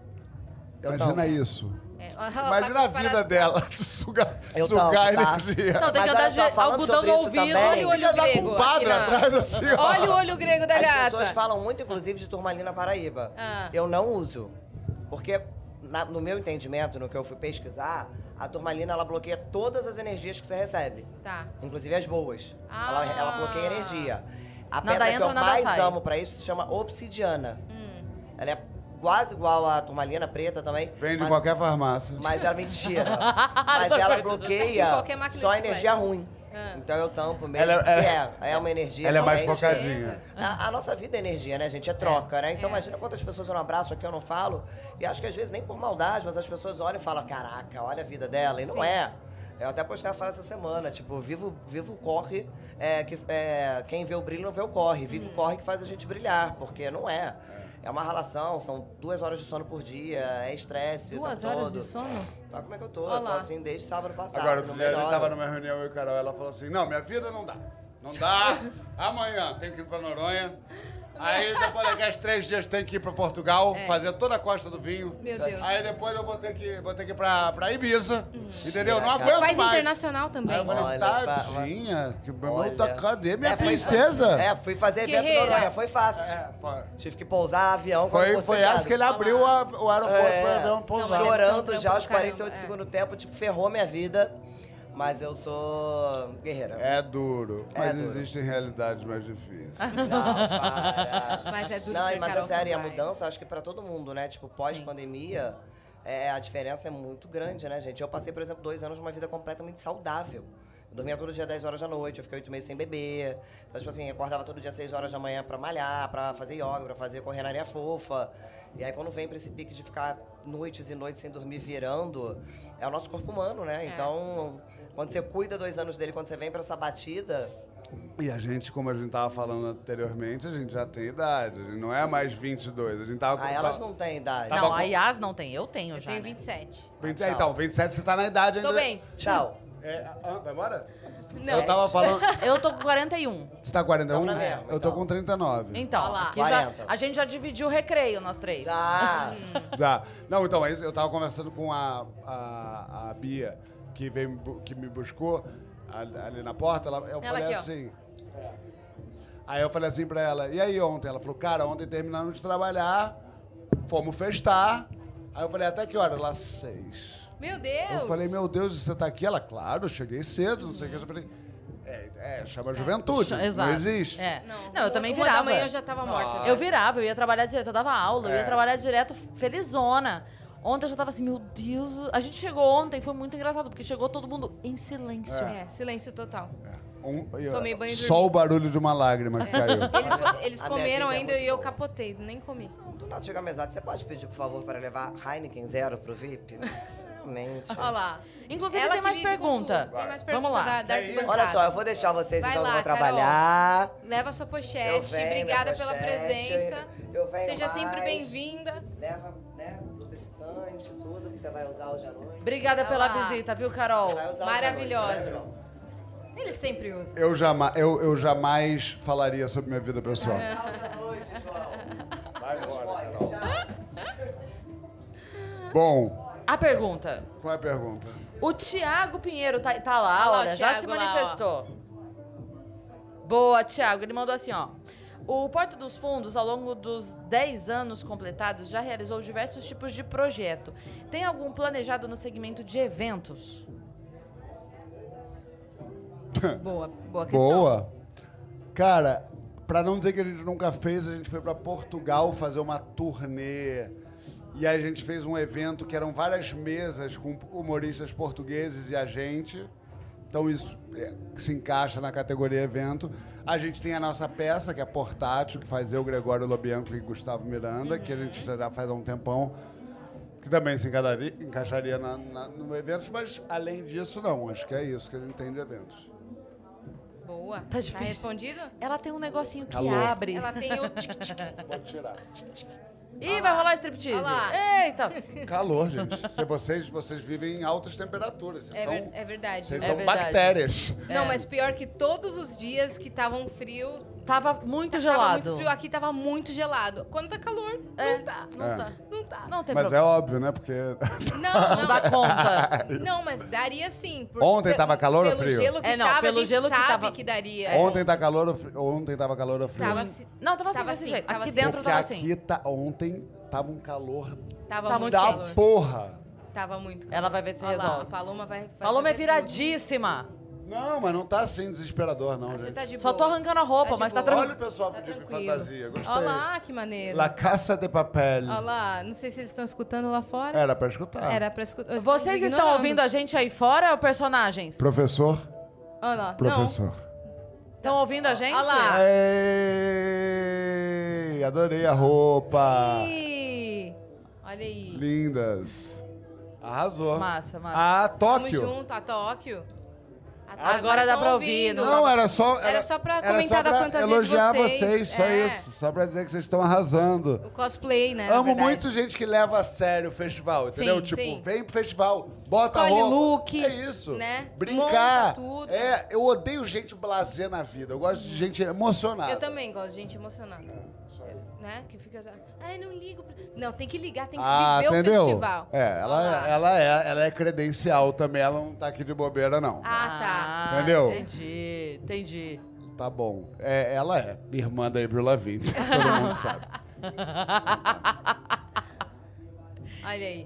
Tipo Eu imagina tomo. isso. É, ó, ó, tá Imagina a vida comparado- dela, de sugar, Eu tomo, sugar tá? energia. Não, tem Mas que andar olha só, de falando algodão sobre no isso ouvido. também- Olha o olho Filha da grego. compadre aqui na- atrás, assim, ó. Olha o olho grego da As gata. pessoas falam muito, inclusive, de turmalina paraíba. Ah. Eu não uso. Porque, na- no meu entendimento, no que eu fui pesquisar, a turmalina ela bloqueia todas as energias que você recebe. Tá. Inclusive as boas. Ah. Ela, ela bloqueia energia. A Nada pedra entra, que eu nada mais sai. amo pra isso se chama obsidiana. Hum. Ela é quase igual à turmalina preta também. Vende em mas- qualquer farmácia. mas ela é mentira. Mas ela bloqueia Em qualquer máquina só de Ah. energia chiclete. ruim. Então eu tampo mesmo. Ela- porque ela- é, é uma energia. Ela é mais realmente. focadinha. A, a nossa vida é energia, né, gente? É troca, né? Então imagina quantas pessoas eu não abraço aqui, eu não falo. E acho que às vezes nem por maldade, mas as pessoas olham e falam, caraca, olha a vida dela. E não é. Eu até postei uma fala essa semana, tipo, vivo, vivo corre, é, que, é, quem vê o brilho não vê o corre. Vive o corre que faz a gente brilhar, porque não é. É uma relação, são duas horas de sono por dia, é estresse. o Duas tempo horas todo. de sono? Olha como é que eu tô. Olha Eu tô lá. assim desde sábado passado. Agora, outro não dia a gente melhora. tava numa reunião, eu e a Carol, ela falou assim, não, minha vida não dá. Não dá, amanhã tem que ir pra Noronha. Aí depois daqui a três dias tem que ir pra Portugal, fazer toda a costa do vinho. É. Meu Deus. Aí depois eu vou ter que, vou ter que ir pra, pra Ibiza, entendeu? Não cara. aguento Faz mais. internacional também. Aí eu falei, Olha, tadinha, que meu irmão tá, Olha. cadê minha É, foi- princesa? É, fui fazer evento Guerreira. na Noronha, foi fácil. É, foi- Tive que pousar avião. com o foi, aeroporto foi fechado. essa que ele abriu a- o aeroporto É. pra ver um Não, mas pousado. é- Chorando já aos São trampo do 48 caramba, é. segundos do tempo, tipo, ferrou minha vida. Mas eu sou guerreira. É duro, É mas duro. Ah. existem realidades mais difíceis. Mas é duro Não, ser mas Carol é sério, e a Sampaio. mudança, acho que pra todo mundo, né? Tipo, pós-pandemia, é, a diferença é muito grande, né, gente? Eu passei, por exemplo, dois anos de uma vida completamente saudável. Eu dormia todo dia 10 horas da noite, eu fiquei 8 meses sem beber. Então, tipo assim, eu acordava todo dia 6 horas da manhã pra malhar, pra fazer yoga, pra fazer correr na areia fofa. E aí, quando vem pra esse pique de ficar noites e noites sem dormir virando, é o nosso corpo humano, né? Então, quando você cuida dois anos dele, quando você vem pra essa batida, E a gente, como a gente tava falando anteriormente, a gente já tem idade. A gente não é mais 22. A gente tava com ah, elas não têm idade. Tá Tava não, com- a Yas não tem. Eu tenho Eu já. tenho né? 27. 20, é, então, 27 você tá na idade ainda. Tô bem. Tchau. É, ah, vai embora? Não. Eu tava falando... Eu tô com 41. Você tá com 41? Então, na mesma, Eu tô então. com 39. Então, Olha lá. aqui já- 40. a gente já dividiu o recreio, nós três. Já. Hum. Já. Não, então, aí eu tava conversando com a, a, a Bia, que, veio, me bu- que me buscou ali, ali na porta. Ela, eu Ela falei aqui, ó. assim. Aí eu falei assim pra ela, e aí ontem? Ela falou, cara, ontem terminamos de trabalhar, fomos festar. Aí eu falei, até que hora? Ela, seis. Meu Deus. Eu falei, meu Deus, você tá aqui? Ela, claro, eu cheguei cedo, não sei o que. Eu falei, É, é, chama juventude. Ch- Exato. Não existe. É. Não, Não, eu também uma da virava. manhã eu já tava morta. tá? Eu virava, eu ia trabalhar direto, eu dava aula, eu É. ia trabalhar direto, felizona. Ontem eu já tava assim, meu Deus. A gente chegou ontem, foi muito engraçado, porque chegou todo mundo em silêncio. É, silêncio total. Um- Tomei banho e só o barulho de uma lágrima que caiu. Eles, fo- eles A minha comeram vida é ainda muito e eu boa. capotei, nem comi. Do nada chega a mesada. Você pode pedir, por favor, para levar Heineken Zero pro VIP? Realmente. Olha lá. Inclusive, Ela tem que mais lide com pergunta. tudo. Tem Vamos mais pergunta lá. da, da Que isso? arquibancada. Olha só, eu vou deixar vocês, Vai então lá, eu vou Carol. trabalhar. Leva sua Eu pochete. venho, Obrigada minha pela pochete, presença. Eu venho Seja sempre mais. bem-vinda. Leva, né, lubrificante, tudo que você vai usar hoje à noite. Obrigada Vai pela Tá lá. visita, viu, Carol? Vai usar hoje à Maravilhosa. noite, né, João? Ele sempre usa. Eu, jama, eu, eu jamais falaria sobre minha vida pessoal. Calça à noite, João. Vai embora, Bom, A pergunta. qual é a pergunta? O Tiago Pinheiro tá, tá lá, Olha lá o olha, já Thiago se lá, manifestou. Boa, Tiago. Ele mandou assim, ó. O Porta dos Fundos, ao longo dos 10 anos completados, já realizou diversos tipos de projeto. Tem algum planejado no segmento de eventos? Boa, boa questão. Hum. Boa. Cara, pra não dizer que a gente nunca fez, a gente foi pra Portugal fazer uma turnê. E aí a gente fez um evento que eram várias mesas com humoristas portugueses e a gente. Então isso é, se encaixa na categoria evento. A gente tem a nossa peça, que é portátil, que faz eu, Gregório Lobianco e Gustavo Miranda, que a gente já faz há um tempão. que também se encaixaria, encaixaria na, na, no evento, mas além disso, não. Acho que é isso que a gente tem de eventos. Boa. Tá difícil. Tá respondido? Ela tem um negocinho que Calor. abre. Ela tem o tic-tic. Pode tirar. Ih, vai rolar striptease. Olha lá. Eita. Calor, gente. Se vocês, vocês vivem em altas temperaturas. Vocês É, são, ver- é verdade. É. vocês É são verdade. bactérias. Não, mas pior que todos os dias que estavam frio, Tava muito tava gelado. muito frio, aqui tava muito gelado. Quando tá calor, É, não tá. Não É. tá. Não tá. Não tem Mas é problema. óbvio, né? Porque. Não, não. Não dá conta. Não, mas daria sim. por- Ontem tava calor ou pelo frio? Gelo que É, não, tava, pelo a gente gelo que sabe tava- que daria. Ontem tá calor ou frio? Ontem tava calor ou frio? É. Tava, assim- Não, tava assim, Tava desse assim, jeito. tava Aqui assim. dentro Porque tava assim. aqui tá, ontem tava um calor tava Tá muito muito da calor. porra. Tava muito calor. Ela vai ver se Olha lá, a resolve. Paloma vai. vai Paloma é fazer tudo. viradíssima. Não, mas não tá assim desesperador, não, Ah, Você gente. tá de Só tô boa. arrancando a roupa, Tá de mas tá boa. tranquilo. Olha o pessoal Tá de tranquilo. fantasia, gostei. Olha lá, que maneiro. La Caça de Papel. Olha lá, não sei se eles estão escutando lá fora. Era pra escutar. Era pra escutar. Vocês estão ouvindo a gente aí fora, personagens? Professor, Olha lá. professor. Estão ouvindo a gente? Olha lá. Ei, adorei a roupa. Não. Ih, Olha aí. Lindas. Arrasou. Massa, massa. Ah, Tamo Tóquio. junto, a Tóquio. A Tóquio Agora dá tão pra ouvir, ouvindo. Não, é. era só. Era só pra era comentar só da pra fantasia de Elogiar vocês. só É. isso. Só pra dizer que vocês estão arrasando. O cosplay, né? na Amo verdade. muito gente que leva a sério o festival, entendeu? tipo, sim. vem pro festival, bota Escolhe roupa. look, É isso. né? Monta Brincar. tudo. É, eu odeio gente blasé na vida. Eu gosto de gente emocionada. Eu também gosto de gente emocionada. Né? Que fica. já, Ai, não ligo. pra-" Não, tem que ligar, tem que Ah, viver entendeu? o festival. É, Olha ela, lá. ela, é, ela é credencial também, ela não tá aqui de bobeira, não. Ah, tá. Entendeu? Entendi, entendi. Tá bom. É, ela é irmã da Avril Lavigne, todo mundo sabe. Olha aí.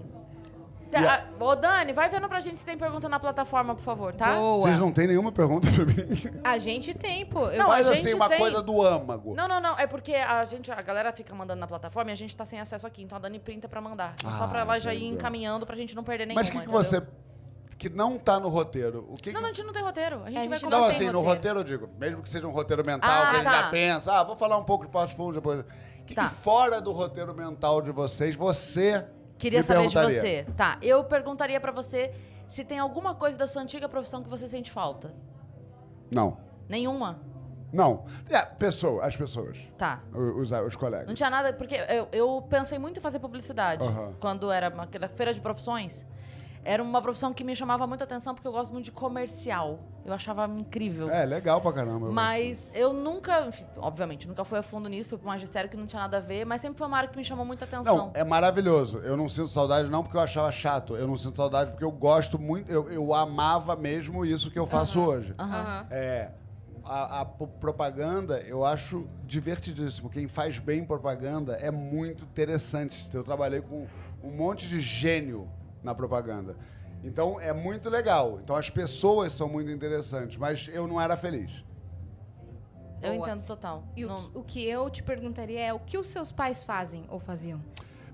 Tá, Yeah. ah, Ô, Dani, vai vendo pra gente se tem pergunta na plataforma, por favor, tá? Boa. Vocês não têm nenhuma pergunta pra mim? A gente tem, pô. Eu Não, é- Faz a gente assim, uma tem. coisa do âmago. Não, não, não. É porque a gente, a galera fica mandando na plataforma e a gente tá sem acesso aqui. Então a Dani printa pra mandar. só Ah, pra ela já ir entendeu. encaminhando pra gente não perder nenhuma. Mas o que, que entendeu? você. que não tá no roteiro? O que. Não, que- não, a gente não tem roteiro. A gente É, a vai gente conversar. Não, tem assim, no roteiro. roteiro eu digo, mesmo que seja um roteiro mental, Ah, que a gente tá. já pensa, ah, vou falar um pouco de Passo Fundo depois. O que, Tá. que fora do roteiro mental de vocês, você. Queria me saber de perguntaria? você. Tá, eu perguntaria pra você se tem alguma coisa da sua antiga profissão que você sente falta. Não. Nenhuma? Não. É, pessoa, as pessoas. Tá. o- Os, os Não colegas. tinha nada, porque eu, eu pensei muito em fazer publicidade. Aham. Quando era uma- aquela feira de profissões, era uma profissão que me chamava muita atenção, porque eu gosto muito de comercial. Eu achava incrível. É, legal pra caramba. eu Mas eu nunca, enfim, obviamente, nunca fui a fundo nisso, fui pro magistério que não tinha nada a ver, mas sempre foi uma área que me chamou muita atenção. Não, é maravilhoso. Eu não sinto saudade não porque eu achava chato. Eu não sinto saudade porque eu gosto muito, eu, eu amava mesmo isso que eu faço hoje. Aham. Aham. É, a, a po- propaganda eu acho divertidíssimo. Quem faz bem propaganda é muito interessante. Eu trabalhei com um monte de gênio na propaganda. Então é muito legal. Então as pessoas são muito interessantes, mas eu não era feliz. Eu Boa. entendo total. E o, Não- que, o que eu te perguntaria é o que os seus pais fazem ou faziam?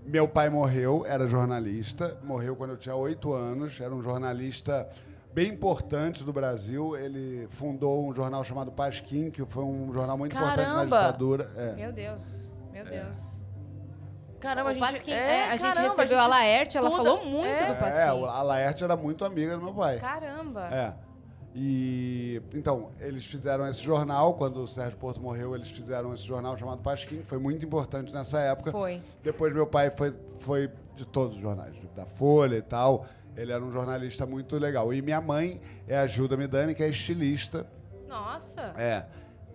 Meu pai morreu, era jornalista, morreu quando eu tinha oito anos, era um jornalista bem importante do Brasil. Ele fundou um jornal chamado Pasquim, que foi um jornal muito importante Caramba! na ditadura. É. Meu Deus, meu Deus. Caramba, a O gente... Pasquim, é, é, a gente caramba, recebeu a Laerte, ela estuda- falou muito É. do Pasquim. É, o- a Laerte era muito amiga do meu pai. Caramba. É. E então, eles fizeram esse jornal, quando o Sérgio Porto morreu, eles fizeram esse jornal chamado Pasquim, que foi muito importante nessa época. Foi. Depois meu pai foi, foi de todos os jornais, da Folha e tal. Ele era um jornalista muito legal. E minha mãe é a Gilda Midani, que é estilista. Nossa. É,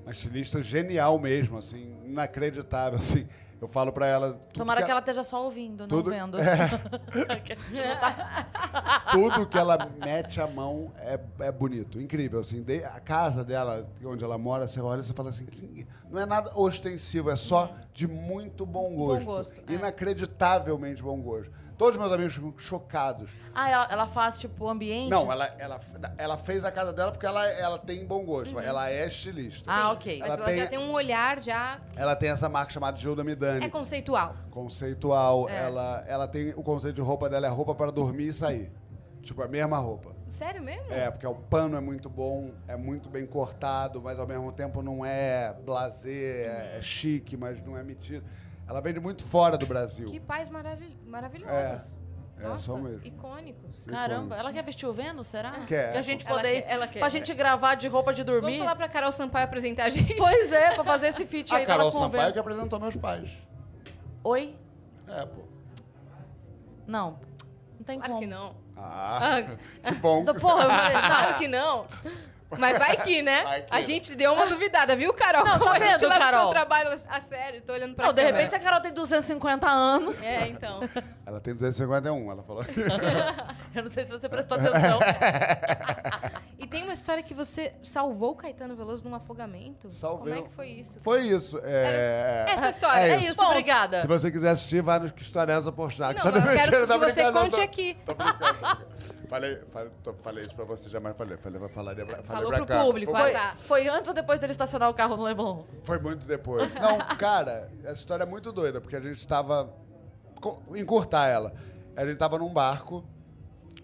uma estilista genial mesmo, assim, inacreditável, assim. Eu falo pra ela... tudo Tomara que ela ela- esteja só ouvindo, não Tudo- é. vendo. Que a gente não tá- tudo que ela mete a mão é, é bonito, incrível. Assim, De- a casa dela, onde ela mora, você olha e você fala assim, "Que- não é nada ostensivo, é só de muito bom gosto. gosto, é. Inacreditavelmente bom gosto. Todos meus amigos ficam chocados. Ah, ela, ela faz, tipo, ambiente? Não, ela, ela, ela fez a casa dela porque ela, ela tem bom gosto, mas ela é estilista. Ah, ok. Uhum. Mas ela, Ela tem- já tem um olhar já Ela tem essa marca chamada Gilda Midani. é conceitual. Conceitual. Ela, ela tem. O conceito de roupa dela é roupa para dormir e sair. Tipo, a mesma roupa. Sério mesmo? É, porque o pano é muito bom, é muito bem cortado, mas ao mesmo tempo não é blazer, é, é chique, mas não é metido. Ela vende muito fora do Brasil. Que pais maravil- maravilhosos. É, Nossa, são mesmo. icônicos. Caramba, ela quer vestir o Vênus, será? Quer. Que a gente Ela poder... quer- ela quer. Pra gente gravar de roupa de Vamos dormir. falar pra Carol Sampaio apresentar a gente? Pois é, pra fazer esse feat A aí dela Carol com o Sampaio Vênus. que apresentou meus pais. Oi? É, pô. Não. Não tem Claro como. que não. Ah, que bom. Então, Porra, eu falei, tá, Claro que não. Mas vai que, né? Vai que, a né? gente deu uma duvidada, viu, Carol? Não, tá Como a gente vendo, leva o Carol? seu trabalho a sério, tô olhando pra Não, de né? câmera. repente a Carol tem 250 anos. É, então. Ela tem 251, ela falou. Eu não sei se você prestou É atenção. E tem uma história que você salvou o Caetano Veloso num afogamento. Salvei. Como é que foi isso? Foi isso. É... Essa história. É É isso, Bom, obrigada. Se você quiser assistir, vai no História Essa Porchat. Não, mas eu quero que você conte aqui. tá Tô brincando. falei, falei, tô- falei isso pra você, jamais falei. Falei, falaria pra, falei Falou pra pro cá. público, Foi, Foi, tá. foi antes ou depois dele estacionar o carro no Leblon? foi muito depois. Não, cara, essa história é muito doida, porque a gente tava... co- Encurtar ela. A gente tava num barco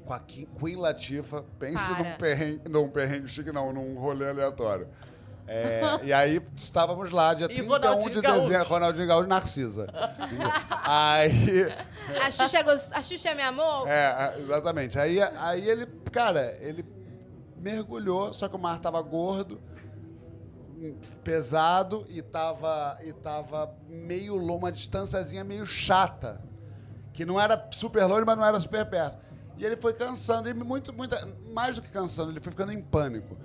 com a Ki- Queen Latifa. Pense Para. num perrengue, num perrengue chique, não, num rolê aleatório. É, e aí estávamos lá, dia E 31 Ronaldinho de Gaúcho. dezembro, Ronaldinho Gaúcho, Narcisa. aí... A Xuxa, é gost... a Xuxa me amou? É, a- exatamente. Aí, aí ele, cara, ele mergulhou, só que o mar tava gordo, pesado e tava, e tava meio longe, uma distânciazinha meio chata. Que não era super longe, mas não era super perto. E ele foi cansando, e muito, muita, mais do que cansando, ele foi ficando em pânico.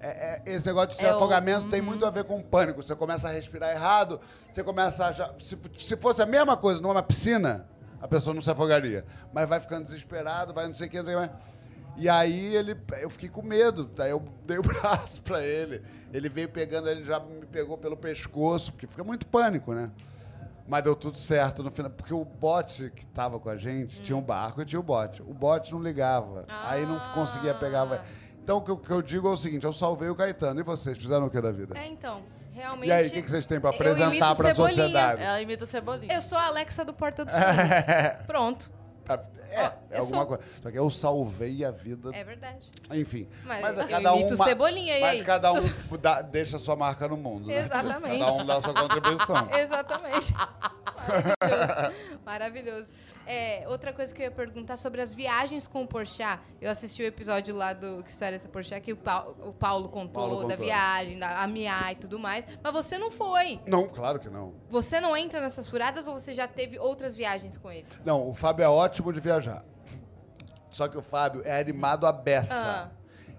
É- é- esse negócio de ser É o- afogamento tem muito a ver com pânico. Você começa a respirar errado, você começa a. achar- Se, se fosse a mesma coisa numa piscina, a pessoa não se afogaria. Mas vai ficando desesperado, vai não sei o que, não sei o que mais. E aí ele, eu fiquei com medo, daí eu dei o braço pra ele. Ele veio pegando, ele já me pegou pelo pescoço, porque fica muito pânico, né? Mas deu tudo certo no final, porque o bote que tava com a gente tinha um barco e tinha o bote. O bote não ligava, aí não Hum. Ah. conseguia pegar. vai- Então o que eu- o que eu digo é o seguinte, eu salvei o Caetano, e vocês fizeram o que da vida? É, então. Realmente. E aí, o que, que vocês têm pra eu imito apresentar pra Cebolinha. sociedade? Ela imita o Cebolinha. Eu sou a Alexa do Porta dos Fundos. Pronto. É, É. Ó, é, eu alguma sou- coisa. Só que eu salvei a vida É verdade. Enfim. Mas Mas, eu a cada imito um. ma- Cebolinha, e mas aí? cada um dá- deixa a sua marca no mundo. Né? Exatamente. É. Cada um dá a sua contribuição. Exatamente. Maravilhoso. Maravilhoso. É, outra coisa que eu ia perguntar sobre as viagens com o Porchat. Eu assisti o episódio lá do Que História é Essa Porchat, que o, Pau- o Paulo contou Paulo da contou. viagem, da Amiá e tudo mais. Mas você não foi. não, claro que não. Você não entra nessas furadas ou você já teve outras viagens com ele? Não, o Fábio é ótimo de viajar. Só que o Fábio é animado à Ah. beça.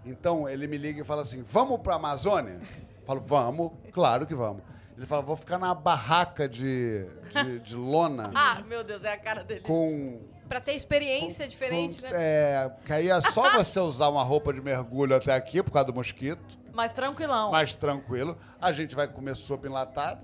Então ele me liga e fala assim: vamos pra Amazônia? Eu Falo, vamos, claro que vamos. Ele fala, vou ficar na barraca de, de, de lona Ah, meu Deus, é a cara dele. com. Pra ter experiência diferente, com, né? É, que aí é só você usar uma roupa de mergulho até aqui por causa do mosquito. Mas tranquilão. mais tranquilo. A gente vai comer sopa enlatada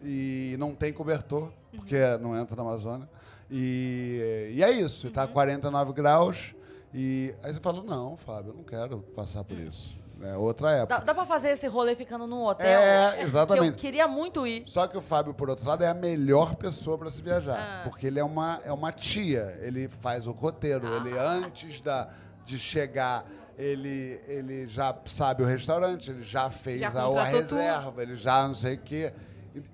e não tem cobertor, porque não entra na Amazônia. E, e é isso. Tá 49 graus E aí você fala, não, Fábio, eu não quero passar por isso. É outra época. Dá, dá pra fazer esse rolê ficando num hotel? É, Que Tá, eu exatamente. queria muito ir. Só que o Fábio, por outro lado, é a melhor pessoa para se Ah. viajar. Porque ele é uma, é uma tia. Ele faz o roteiro. Ele, Ah. antes da, de chegar, ele, ele já sabe o restaurante, ele já fez Já a- a, contratou tudo. reserva, ele já não sei o quê.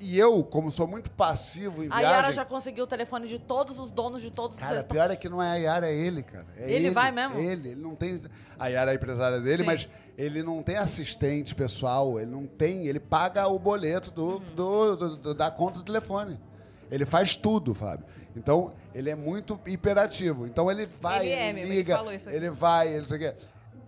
E, e eu, como sou muito passivo em A viagem... Yara já conseguiu o telefone de todos os donos de todos os Cara, restaurantes. pior é que não é a Yara, é ele, cara. É Ele vai mesmo? Ele, ele não tem. A Yara é a empresária dele, Sim. mas ele não tem assistente pessoal, ele não tem. Ele paga o boleto do, Uhum. do- do- do- da conta do telefone. Ele faz tudo, Fábio. Então, ele é muito hiperativo. Então, ele vai, Ele ele, é mesmo, ele liga, falou isso aqui. ele vai, ele não sei o quê.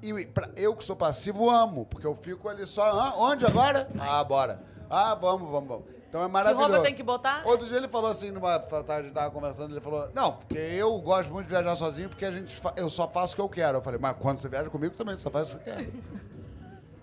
E pra- eu que sou passivo, amo, porque eu fico ali só. "Ah, onde agora? Ah, bora. Ah, vamos, vamos, vamos. Então é maravilhoso. roupa eu tenho que botar? Outro dia ele falou assim, numa tarde tava conversando, ele falou, não, porque eu gosto muito de viajar sozinho, porque a gente fa- eu só faço o que eu quero. Eu falei, mas quando você viaja comigo também, você só faz o que você quer.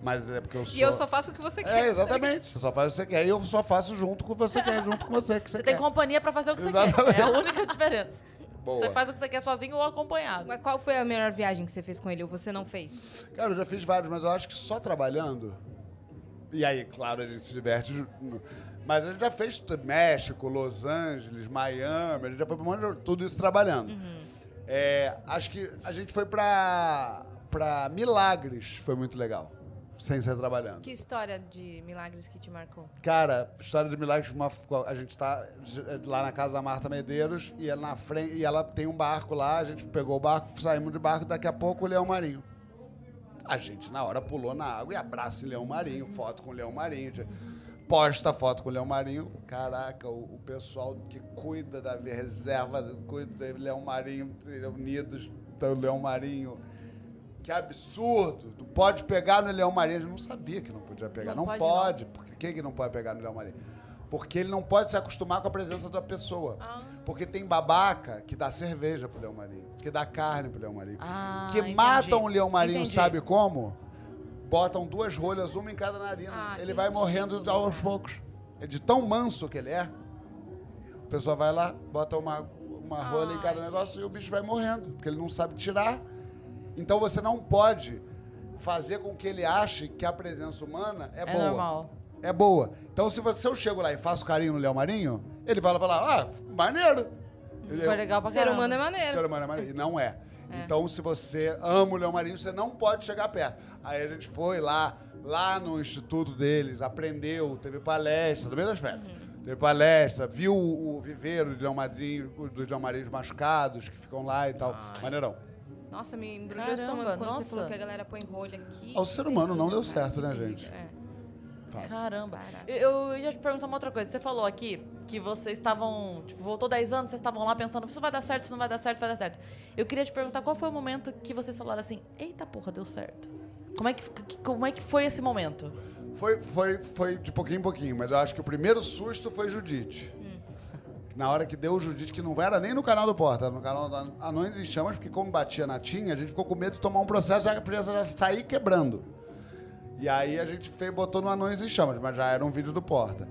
mas é porque eu sou... E eu só faço o que você quer. É, exatamente. Você só faz o que você quer. E eu só faço junto com você quer, junto com você que você, Você quer. tem companhia pra fazer o que você Exatamente. quer. É a única diferença. Boa. Você faz o que você quer sozinho ou acompanhado. Mas qual foi a melhor viagem que você fez com ele ou você não fez? Cara, eu já fiz vários, mas eu acho que só trabalhando. E aí, claro, a gente se diverte. ju- Mas a gente já fez t- México, Los Angeles, Miami, a gente já foi pra um monte de- tudo isso trabalhando. É, acho que a gente foi pra, pra Milagres, foi muito legal. Sem ser trabalhando. Que história de milagres que te marcou? Cara, história de milagres, uma- a gente tá lá na casa da Marta Medeiros e ela, na frente, e ela tem um barco lá, a gente pegou o barco, saímos de barco, daqui a pouco o Leão Marinho. A gente, na hora, pulou na água e abraça o Leão Marinho, foto com o Leão Marinho. já- Posta foto com o Leão Marinho. Caraca, o, o pessoal que cuida da reserva, cuida do Leão Marinho, unidos do Leão Marinho. Que absurdo! Tu pode pegar no Leão Marinho. A gente não sabia que não podia pegar. Não Não, pode, pode. Por que, que não pode pegar no Leão Marinho? Porque ele não pode se acostumar com a presença da pessoa. Ah. Porque tem babaca que dá cerveja pro Leão Marinho, que dá carne pro Leão Marinho Ah, que entendi. matam o leão marinho, Entendi. sabe como? Botam duas rolhas, uma em cada narina. Ah, ele que vai morrendo ridículo. aos poucos. É de tão manso que ele é. O pessoal vai lá, bota uma, uma rolha em cada Ai, negócio e o bicho vai morrendo, porque ele não sabe tirar. Então você não pode fazer com que ele ache que a presença humana é, É boa. normal. É boa. Então se, você, se eu chego lá e faço carinho no leão marinho, ele vai lá falar, ah, maneiro. Ele- Foi legal pra Ser caramba. humano é que era maneiro. Maria Maria, E não é. Então, se você ama o Leão Marinho, você não pode chegar perto. Aí a gente foi lá, lá no instituto deles, aprendeu, teve palestra, no meio das férias. Teve palestra, viu o, o viveiro de Leão Marinho, o- dos Leão Marinhos machucados que ficam lá e tal. Maneirão. Nossa, me embrulhou o Caramba, estômago quando nossa. você falou que a galera põe rolha aqui. Ao ser humano não deu certo, né, Terrível, gente? é. Fato. Caramba. Caraca. Eu, eu ia te perguntar uma outra coisa. Você falou aqui que vocês estavam. Tipo, voltou 10 anos, vocês estavam lá pensando, isso vai dar certo, isso não vai dar certo, vai dar certo. Eu queria te perguntar qual foi o momento que vocês falaram assim, eita porra, deu certo. Como é que, que- como é que foi esse momento? Foi, foi, foi de pouquinho em pouquinho, mas eu acho que o primeiro susto foi Judite. Na hora que deu o Judite, que não era nem no canal do Porta, era no canal da Anões em Chamas, porque como batia na tinha, a gente ficou com medo de tomar um processo e a empresa já sair quebrando. E aí a gente fez, botou no Anões em Chamas, mas já era um vídeo do Porta.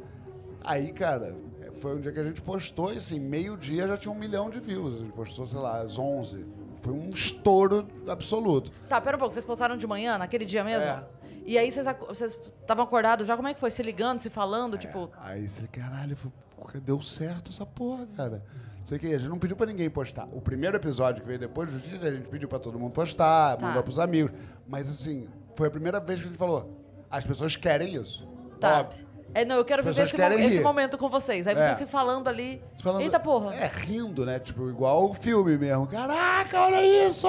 Aí, cara, foi um dia que a gente postou e assim, meio-dia já tinha um milhão de views. A gente postou, sei lá, às 11. Foi um estouro absoluto. Tá, pera um pouco, vocês postaram de manhã, naquele dia mesmo? É. E aí vocês ac- vocês estavam acordados já? Como é que foi? Se ligando, se É. falando, tipo. Aí você, caralho, foi- porra, deu certo essa porra, cara. Não Sei o que, a gente não pediu pra ninguém postar. O primeiro episódio que veio depois do dia, a gente pediu pra todo mundo postar, Tá. mandou pros amigos. Mas assim, foi a primeira vez que a gente falou: as pessoas querem isso. Tá. Óbvio. É, não, eu quero As viver pessoas esse, querem mo- esse rir. momento com vocês. Aí É. vocês se falando ali. Falando- Eita porra. É, rindo, né? Tipo, igual o filme mesmo. Caraca, olha isso!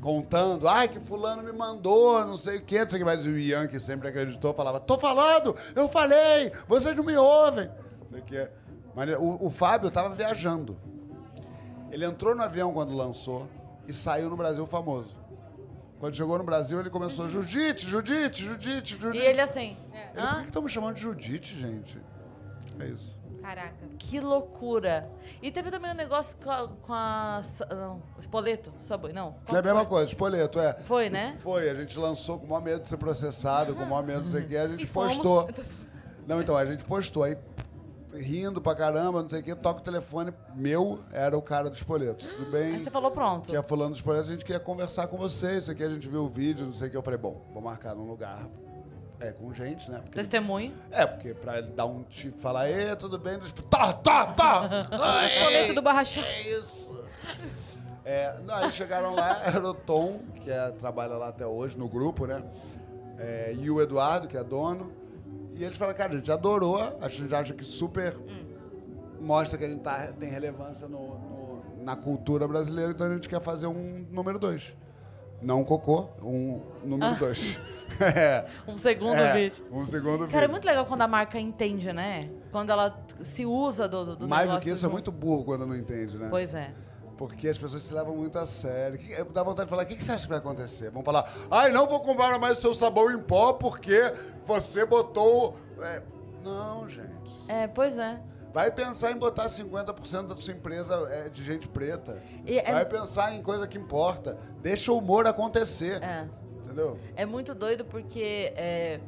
Contando, ai, que fulano me mandou, não sei o quê, não sei o que, mas o Ian, que sempre acreditou, falava, tô falando, eu falei, vocês não me ouvem. Não sei o quê. Mas o, o Fábio tava viajando. Ele entrou no avião quando lançou e saiu no Brasil famoso. Quando chegou no Brasil, ele começou, Judite, Judite, Judite, Judite. E ele assim. Ele, por Hã? que estão me chamando de Judite, gente? É isso. Caraca. Tipo, Que loucura. E teve também um negócio com a. Com a Sa- não, Spoleto? Subway, não. Que é a mesma coisa, espoleto, é. Foi, né? Foi, a gente lançou com o maior medo de ser processado, com o maior medo de não sei o que, a gente E fomos- postou. Não, então, a gente postou, aí rindo pra caramba, não sei o quê, toca o telefone meu, era o cara do espoleto. Tudo bem? Aí Ah, você falou, pronto. Que é fulano dos projetos, a gente queria conversar com você, isso aqui a gente viu o vídeo, não sei o que. Eu falei, bom, vou marcar num lugar é, com gente, né? Porque, Testemunho. é, porque pra ele dar um te falar, ê, tudo bem, eles- tá, tá, tá! Espoleto do Barrachão. É isso! É, não, aí chegaram lá, era o Tom, que é- trabalha lá até hoje no grupo, né? É, e o Eduardo, que é dono. E eles falaram, cara, a gente adorou, a gente acha que super mostra que a gente tá- tem relevância no- no- na cultura brasileira, então a gente quer fazer um número dois. Não um cocô, um número dois. é, Ah. Um segundo é, vídeo. Um segundo vídeo. Cara, é muito legal quando a marca entende, né? Quando ela se usa do, do- do Mais do negócio que isso, é junto. muito burro quando não entende, né? Pois é. Porque as pessoas se levam muito a sério. Que- eh, Dá vontade de falar, o que que você acha que vai acontecer? Vão falar, ai, não vou comprar mais seu sabão em pó porque você botou... é, Não, gente. É, pois é. Vai pensar em botar 50% da sua empresa é, de gente preta. E é- Vai pensar em coisa que importa. Deixa o humor acontecer. É. Entendeu? É muito doido porque é,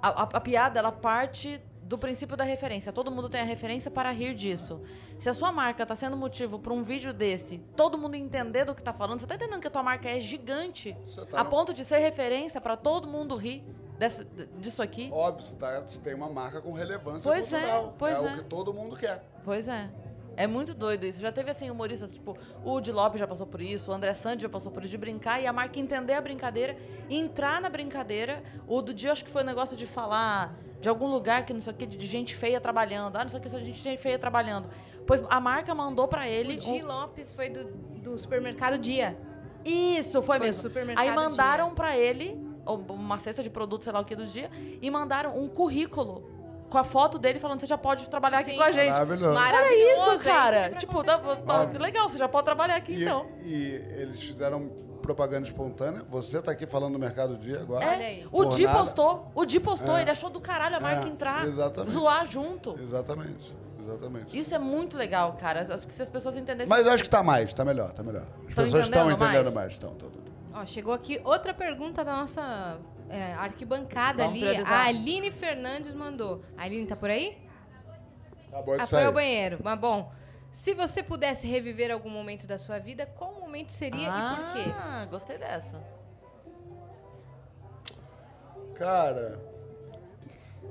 a, a- a piada ela parte do princípio da referência. Todo mundo tem a referência para rir disso. Se a sua marca tá sendo motivo para um vídeo desse, todo mundo entender do que tá falando, você tá entendendo que a tua marca é gigante Você tá a no- ponto de ser referência para todo mundo rir dessa- disso aqui? Óbvio, você, tá, você tem uma marca com relevância Pois é, cultural. pois é, é. o que todo mundo quer. Pois é. É muito doido isso. Já teve, assim, humoristas, tipo, o Di Lopes já passou por isso, o André Sandy já passou por isso, de brincar e a marca entender a brincadeira, entrar na brincadeira. O do dia, acho que foi um negócio de falar de algum lugar que não sei o que, de gente feia trabalhando. Ah, não sei o que, só de gente feia trabalhando. Pois a marca mandou pra ele. O Di um- Lopes foi do, do supermercado Dia. Isso, foi, Foi mesmo. supermercado Aí mandaram pra ele ou uma cesta de produtos, sei lá o que, do dia, e mandaram um currículo com a foto dele falando: você já pode trabalhar aqui Sim. com a gente. Maravilhoso. Olha é isso, isso que é cara. pra tipo, tá, acontecer. tá- legal, você já pode trabalhar aqui, E, então. e eles fizeram propaganda espontânea. Você tá aqui falando do Mercado Dia agora. Olha aí. É, O Por Di é. nada. É. postou, o Di postou, ele achou do caralho a marca entrar, exatamente. zoar junto. Exatamente, exatamente. Isso é muito legal, cara. Acho que se as pessoas entendessem. Mas eu acho que tá mais, tá melhor, tá melhor. As Tão pessoas estão entendendo entendendo mais? mais. Estão, estão, estão. Ó, chegou aqui outra pergunta da nossa é, arquibancada Vamos ali. priorizar. A Aline Fernandes mandou. A Aline tá por aí? Acabou de Ah, foi sair. ao banheiro. Mas bom, se você pudesse reviver algum momento da sua vida, qual momento seria ah, e por quê? gostei dessa. Cara,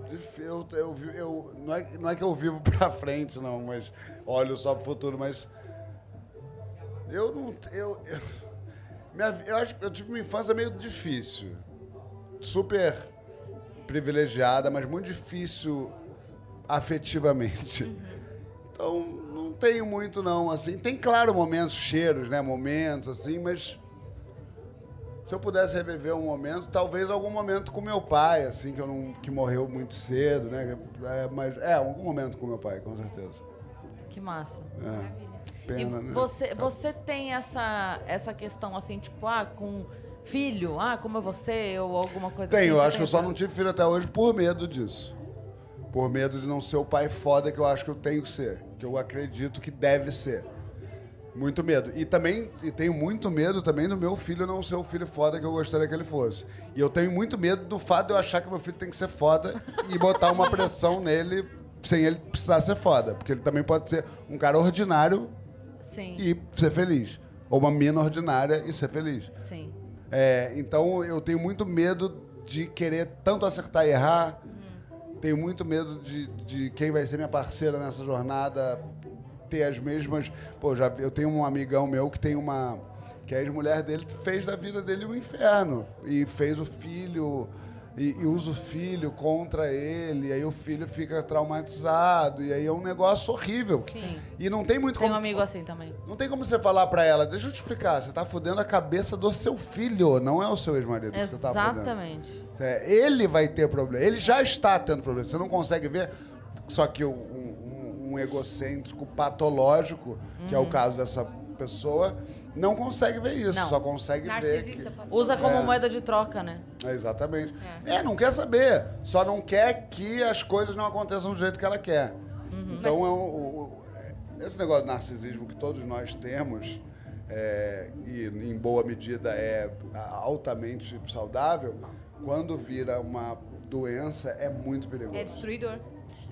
dif- eu, eu, vi- eu- não, é, não é que eu vivo pra frente, não, mas olho só pro futuro, mas eu não. Eu, eu, minha vi- eu acho que eu tive uma infância meio difícil. Super privilegiada, mas muito difícil afetivamente. Então, não tenho muito, não, assim. Tem, claro, momentos cheiros, né? Momentos, assim, mas... Se eu pudesse reviver um momento, talvez algum momento com meu pai, assim, que, eu não, que morreu muito cedo, né? É, mas, é, algum momento com meu pai, com certeza. Que massa. É, Maravilha. e pena, né? você, você tem essa, essa questão assim, tipo, ah, com filho, ah, como é você, ou alguma coisa assim? Tenho, eu você acho que eu só essa- não tive filho até hoje por medo disso. Por medo de não ser o pai foda que eu acho que eu tenho que ser, que eu acredito que deve ser. Muito medo. E também, e tenho muito medo também do meu filho não ser o filho foda que eu gostaria que ele fosse. E eu tenho muito medo do fato de eu achar que meu filho tem que ser foda e botar uma pressão nele sem ele precisar ser foda. Porque ele também pode ser um cara ordinário Sim, e ser feliz. Ou uma mina ordinária e ser feliz. sim. um É, então eu tenho muito medo de querer tanto acertar e errar. Tenho muito medo de, de quem vai ser minha parceira nessa jornada ter as mesmas. Pô, já, eu tenho um amigão meu que tem uma. que a ex-mulher dele fez da vida dele um inferno. E fez o filho. E, e usa o filho contra ele, e aí o filho fica traumatizado, e aí é um negócio horrível. Sim. E não tem muito Tem um como. amigo assim também. Não tem como você falar pra ela, deixa eu te explicar, você tá fudendo a cabeça do seu filho, não é o seu ex-marido que você tá fudendo. Exatamente. É, ele vai ter problema, ele já está tendo problema, você não consegue ver, só que um, um- um egocêntrico patológico, que é o caso dessa pessoa, não consegue ver isso, Uhum. Não. só consegue Narcisista. ver que... pode- Usa como moeda de troca, né? É, Exatamente. É. não quer saber, só não quer que as coisas não aconteçam do jeito que ela quer. Então, é um- o- o- é- esse negócio de narcisismo que todos nós temos, é, e em boa medida é a- altamente saudável, quando vira uma doença, é muito perigoso. É destruidor.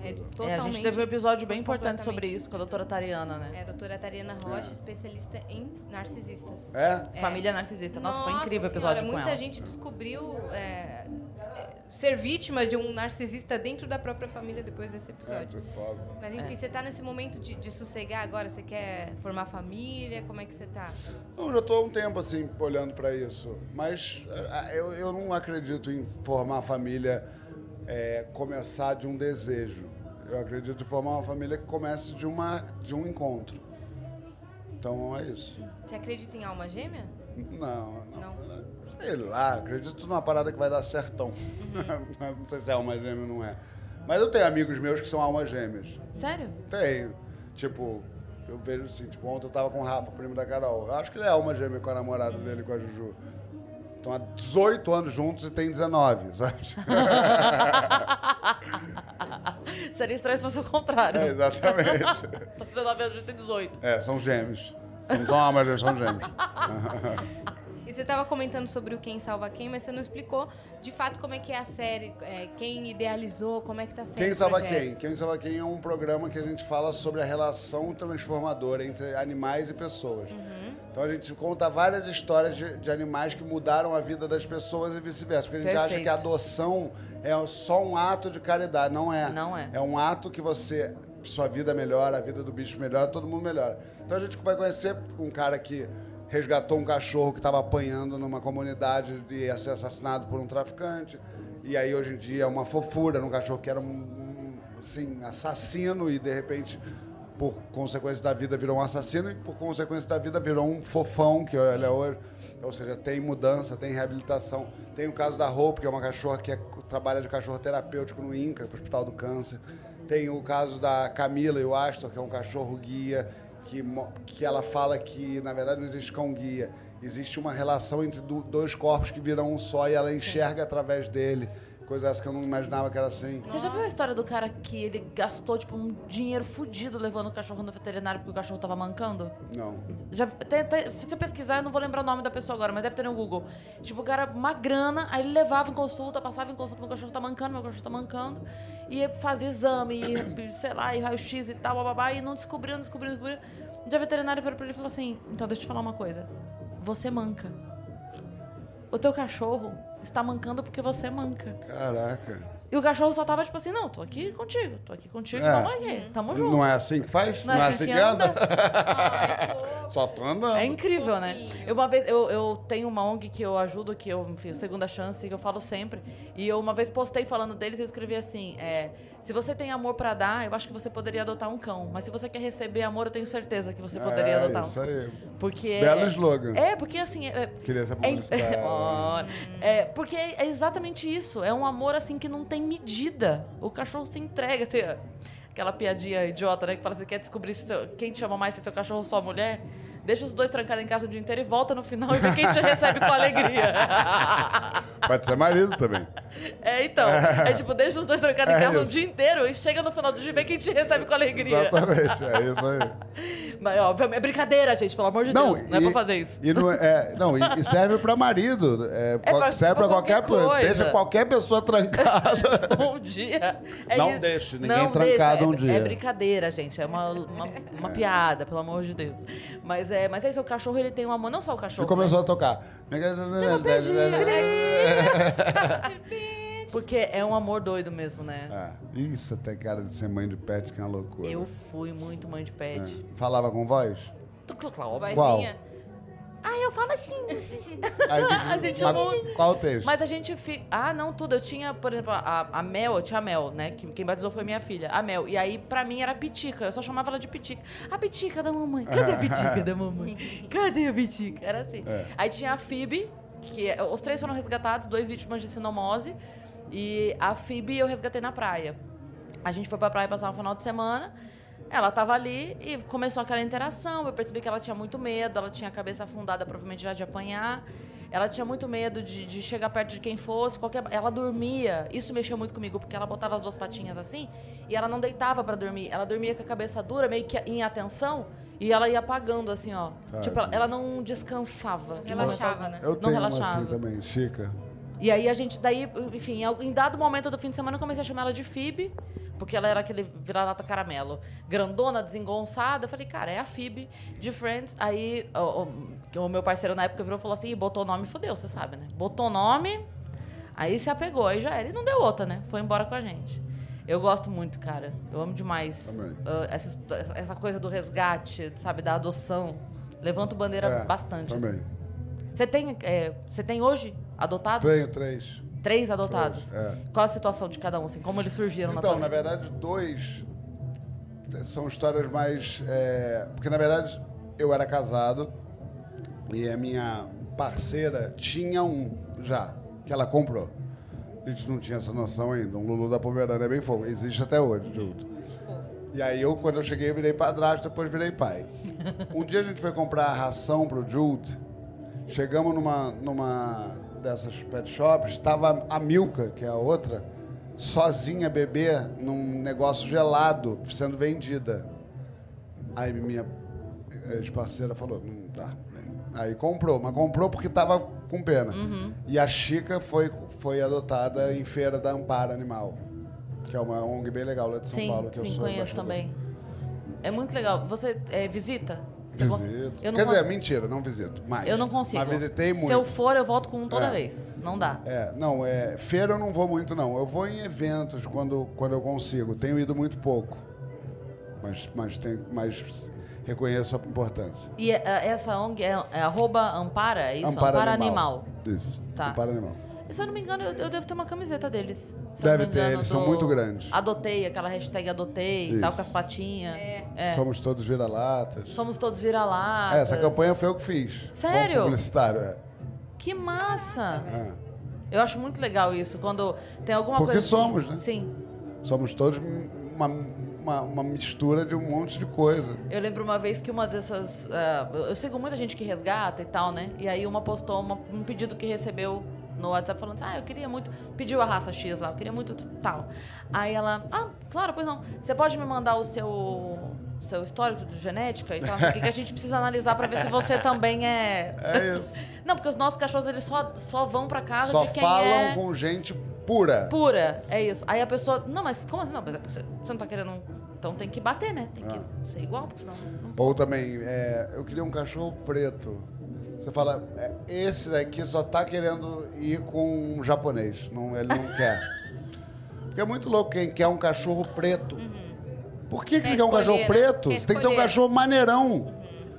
É É, a gente totalmente- teve um episódio bem importante completamente. sobre isso com a doutora Tariana, né? É, a doutora Tariana Rocha, especialista em narcisistas. É? Família narcisista. Nossa, foi incrível o senhora, episódio com muita ela. gente descobriu é, é, ser vítima de um narcisista dentro da própria família depois desse É, episódio. pobre. Mas É. enfim, você tá nesse momento de, de sossegar agora? Você quer formar família? Como é que você tá? Eu já estou há um tempo assim olhando para isso, mas eh, eu, eu não acredito em formar família eh, começar de um desejo. Eu acredito em formar uma família que comece de, uma, de um encontro. Então é isso. Você acredita em alma gêmea? Não, não. Não. Sei lá, acredito numa parada que vai dar certão. não sei se é alma gêmea ou não é. Mas eu tenho amigos meus que são almas gêmeas. Sério? Tenho. Tipo, eu vejo assim, tipo, ontem eu tava com o Rafa, primo da Carol. Eu acho que ele é alma gêmea com a namorada dele, com a Juju. Estão há 18 anos juntos e tem 19, sabe? Seria estranho se fosse o contrário. É, exatamente. Tô 19 anos, a gente tem 18. É, são gêmeos. Não são almas gêmeas, são gêmeos. E você tava comentando sobre o Quem Salva Quem, mas você não explicou de fato como é que é a série, é, quem idealizou, como é que tá sendo Quem o Salva projeto. Quem? Quem Salva Quem é um programa que a gente fala sobre a relação transformadora entre animais e pessoas. Então a gente conta várias histórias de, de animais que mudaram a vida das pessoas e vice-versa. Porque a gente acha Perfeito. que a adoção é só um ato de caridade. Não é. Não é. É um ato que você. Sua vida melhora, a vida do bicho melhora, todo mundo melhora. Então a gente vai conhecer um cara que resgatou um cachorro que estava apanhando numa comunidade e ia ser assassinado por um traficante. E aí hoje em dia é uma fofura num cachorro que era um, um, assim, assassino e de repente, por consequência da vida, virou um assassino e por consequência da vida virou um fofão, que ele é hoje. Ou seja, tem mudança, tem reabilitação. Tem o caso da Hope, que é uma cachorra que é- trabalha de cachorro terapêutico no INCA, pro Hospital do Câncer. Tem o caso da Camila e o Astor, que é um cachorro guia, que, mo- que ela fala que, na verdade, não existe cão guia. Existe uma relação entre du- dois corpos que viram um só e ela enxerga através dele. Coisa essa que eu não imaginava que era assim. Você já viu a história do cara que ele gastou, tipo, um dinheiro fudido levando o cachorro no veterinário porque o cachorro tava mancando? Não. Já, tem- tem- se você pesquisar, eu não vou lembrar o nome da pessoa agora, mas deve ter no Google. Tipo, o cara, uma grana, aí ele levava em consulta, passava em consulta, meu cachorro tá mancando, meu cachorro tá mancando. E fazia exame, e, sei lá, e raio-x e tal, bababá, e não descobriu, não descobriu, não descobriu. Um dia a veterinária virou pra ele e falou assim, então deixa eu te falar uma coisa. Você manca. O teu cachorro está mancando porque você manca. Caraca. E o cachorro só tava tipo assim, não, tô aqui contigo, tô aqui contigo, É. tamo aqui, tamo junto. Não é assim que faz? Não, é assim que anda? Só tô andando. É incrível, né? Fofinho. Eu, uma vez, eu, eu tenho uma ONG que eu ajudo, que eu, enfim, segunda chance, que eu falo sempre. E eu uma vez postei falando deles e eu escrevi assim: é, se você tem amor pra dar, eu acho que você poderia adotar um cão. Mas se você quer receber amor, eu tenho certeza que você poderia é, adotar um Isso cão. aí. Porque. é- Belo slogan. É, porque assim. é- é- Queria essa é, publicidade. Ó, é, porque é exatamente isso. É um amor assim que não tem medida. O cachorro se entrega. Tem aquela piadinha idiota, né? Que fala assim: quer descobrir se seu- quem te ama mais, se é seu cachorro ou sua mulher? Deixa os dois trancados em casa o dia inteiro e volta no final e vê quem te recebe com alegria. Pode ser marido também. É, então. É tipo, deixa os dois trancados em É casa o isso. dia inteiro e chega no final do dia e vê quem te recebe com alegria. Exatamente, é isso aí. Mas, ó, é brincadeira, gente, pelo amor de Deus. Não é pra fazer isso. E não, é, não, e e serve pra marido. É, qual- pra- serve pra pra qualquer, qualquer pessoa. coisa. Deixa qualquer pessoa trancada. Bom dia. É Não isso. deixe ninguém deixa, trancado é- um dia. É brincadeira, gente. É uma, uma, uma piada, pelo amor de Deus. Mas é, mas é isso, o cachorro ele tem um amor, não só o E cachorro. começou a tocar. né? Porque é um amor doido mesmo, né? Ah, isso tem cara de ser mãe de pet, que é uma loucura. Eu fui muito mãe de É. pet. Falava com voz? Tu- tu- claro, Vozinha. Qual? Ah, eu falo assim. Aí, A gente mas amou. Qual o texto? Mas a gente fica. Ah, não tudo. Eu tinha, por exemplo, a, a Mel, eu tinha a Mel, né? Que, quem batizou foi minha filha, a Mel. E aí, pra mim, era Pitica. Eu só chamava ela de Pitica. A Pitica da mamãe. Cadê a Pitica da mamãe? Cadê a Pitica? Era assim. É. Aí tinha a Phoebe, que é- os três foram resgatados, dois vítimas de sinomose. E a Phoebe eu resgatei na praia. A gente foi pra praia passar um final de semana. Ela tava ali e começou aquela interação. Eu percebi que ela tinha muito medo, ela tinha a cabeça afundada, provavelmente já de apanhar. Ela tinha muito medo de, de chegar perto de quem fosse. Qualquer... Ela dormia. Isso mexeu muito comigo, porque ela botava as duas patinhas assim e ela não deitava pra dormir. Ela dormia com a cabeça dura, meio que em atenção, e ela ia apagando, assim, ó. Tadinha. Tipo, ela, ela não descansava. em momento Relaxava, algum. né? Eu não tenho uma relaxava. assim também, Chica. E aí a gente, daí, enfim, em algum- em dado momento do fim de semana eu comecei a chamar ela de Fib, Porque ela era aquele vira-lata caramelo. Grandona, desengonçada. Eu falei, cara, é a Phoebe de Friends. Aí o, o- que o meu parceiro na época virou e falou assim: "Ih, botou o nome, fudeu, você sabe, né? Botou o nome, aí se apegou, aí já era. E não deu outra, né? Foi embora com a gente. Eu gosto muito, cara. Eu amo demais Também. ah, essa, essa coisa do resgate, sabe? Da adoção. Levanto bandeira É, bastante. assim. Também. Você tem, é, você tem hoje adotados? Tenho três. Três adotados. Três, é. Qual a situação de cada um, assim? Como eles surgiram na tua Então, na vida? verdade, dois eh, são histórias mais. é, Porque, na verdade, eu era casado e a minha parceira tinha um já, que ela comprou. A gente não tinha essa noção ainda. Um Lulu da Pomerânia é bem fofo, existe até hoje, junto. E aí eu, quando eu cheguei, eu virei padrasto, depois virei pai. Um dia a gente foi comprar a ração pro Jude. Chegamos numa, numa dessas pet shops, estava a Milka, que é a outra, sozinha bebê num negócio gelado, sendo vendida. Aí minha ex-parceira falou, não dá. Aí comprou, mas comprou porque tava com pena. Uhum. E a Chica foi, foi adotada em Feira da Amparo Animal, que é uma ONG bem legal lá de São sim, Paulo. Que eu sim, sou conheço embaixador. também. É muito legal. Você é, visita? Você cons- Visito. Eu não, Quer con- dizer, mentira, não visito. Mais. eu não consigo. Mas visitei muito. Se eu for, eu volto com um toda É. vez. Não dá. É, não, é, feira eu não vou muito, não. Eu vou em eventos quando, quando eu consigo. Tenho ido muito pouco. Mas, mas, tem, mas reconheço a importância. E é- é- essa ONG é, é arroba Ampara, é isso? Animal. Isso. Tá. Amparo animal. E Se eu não me engano, eu, eu devo ter uma camiseta deles. Se eu Deve não me ter, engano, eles são muito grandes. Adotei, aquela hashtag adotei e tal, Isso. com as patinhas. É. Somos todos vira-latas. Somos todos vira-latas. É, essa campanha foi eu que fiz. Sério? Como publicitário, é. Que massa! É. Eu acho muito legal isso, quando tem alguma Porque coisa... que- somos, né? Sim. Somos todos uma, uma, uma mistura de um monte de coisa. Eu lembro uma vez que uma dessas... ah, eu- eu sigo muita gente que resgata e tal, né? E aí uma postou uma- um pedido que recebeu no WhatsApp falando assim, ah, eu queria muito... Pediu a raça X lá, eu queria muito tal. Aí ela, ah, claro, pois não. Você pode me mandar o seu... Seu histórico de genética e tal, não sei o que, que a gente precisa analisar pra ver se você também é. É isso. Não, porque os nossos cachorros eles só, só vão pra casa Só de quem falam é. com gente pura. pura. É isso. Aí a pessoa. Não, mas como assim? Não, mas é porque você você não tá querendo. um- Então tem que bater, né? Tem que Ah. ser igual, porque senão. não- Ou também, é, eu queria um cachorro preto. Você fala, é, esse daqui só tá querendo ir com um japonês. Não, ele não quer. Porque é muito louco quem quer um cachorro preto. Uhum. Quer Por que, que você quer um escolher, cachorro né? preto? Quer Você tem que ter escolher. um Uhum. cachorro maneirão.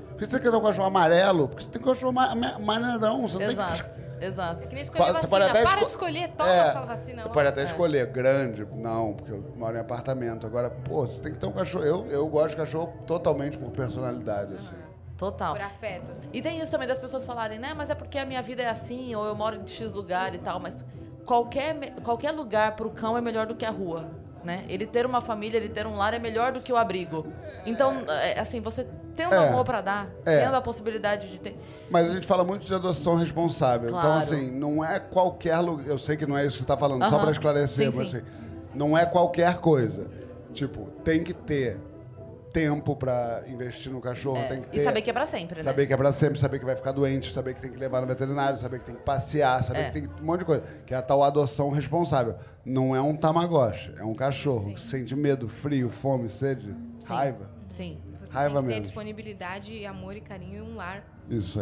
Por que você quer ter um cachorro amarelo? Porque você tem um cachorro ma- ma- maneirão. Você não tem que Exato, exato. É que nem escolher Pa- você vacina. Para esco- de escolher, toma É, sua vacina. Você logo. pode até escolher grande, não, porque eu moro em apartamento. Agora, pô, você tem que ter um cachorro. Eu, eu gosto de cachorro totalmente por personalidade, assim. Total. Por afeto, assim. E tem isso também das pessoas falarem, né? Mas é porque a minha vida é assim, ou eu moro em X lugar e tal, mas qualquer, me- qualquer lugar pro cão é melhor do que a rua. Né? Ele ter uma família, ele ter um lar é melhor do que o abrigo. Então, é, assim, você tendo É. amor pra dar, É. tendo a possibilidade de ter. Mas a gente fala muito de adoção responsável. Claro. Então, assim, não é qualquer lugar. Eu sei que não é isso que você tá falando, só Aham. para esclarecer, Sim, mas sim. assim, não é qualquer coisa. Tipo, tem que ter tempo para investir no cachorro, tem que ter. E saber que é pra sempre, né? Saber que é pra sempre, saber que vai ficar doente, saber que tem que levar no veterinário, saber que tem que passear, saber É. que tem que- um monte de coisa. Que é a tal adoção responsável. Não é um tamagotchi, é um cachorro que sente medo, frio, fome, sede, Sim. raiva. Sim, Você Raiva tem que ter menos. disponibilidade, amor e carinho e um lar Isso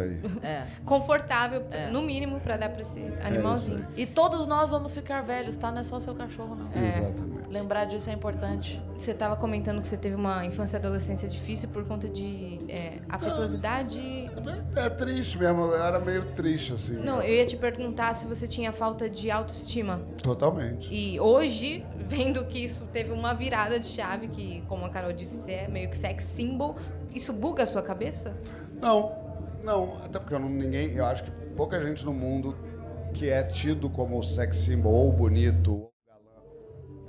aí. é. confortável, no mínimo, pra dar pra É esse animalzinho. E todos nós vamos ficar velhos, tá? Não é só seu cachorro, não. Exatamente. Lembrar disso é importante. Você tava comentando que você teve uma infância e adolescência difícil por conta de é, afetuosidade. É triste mesmo, eu era meio triste, assim. Não, eu ia te perguntar se você tinha falta de autoestima. Totalmente. E hoje, vendo que isso teve uma virada de chave, que, como a Carol disse, é meio que sex symbol, isso buga a sua cabeça? Não, não, até porque eu não, ninguém, eu acho que pouca gente no mundo que é tido como sex symbol ou bonito,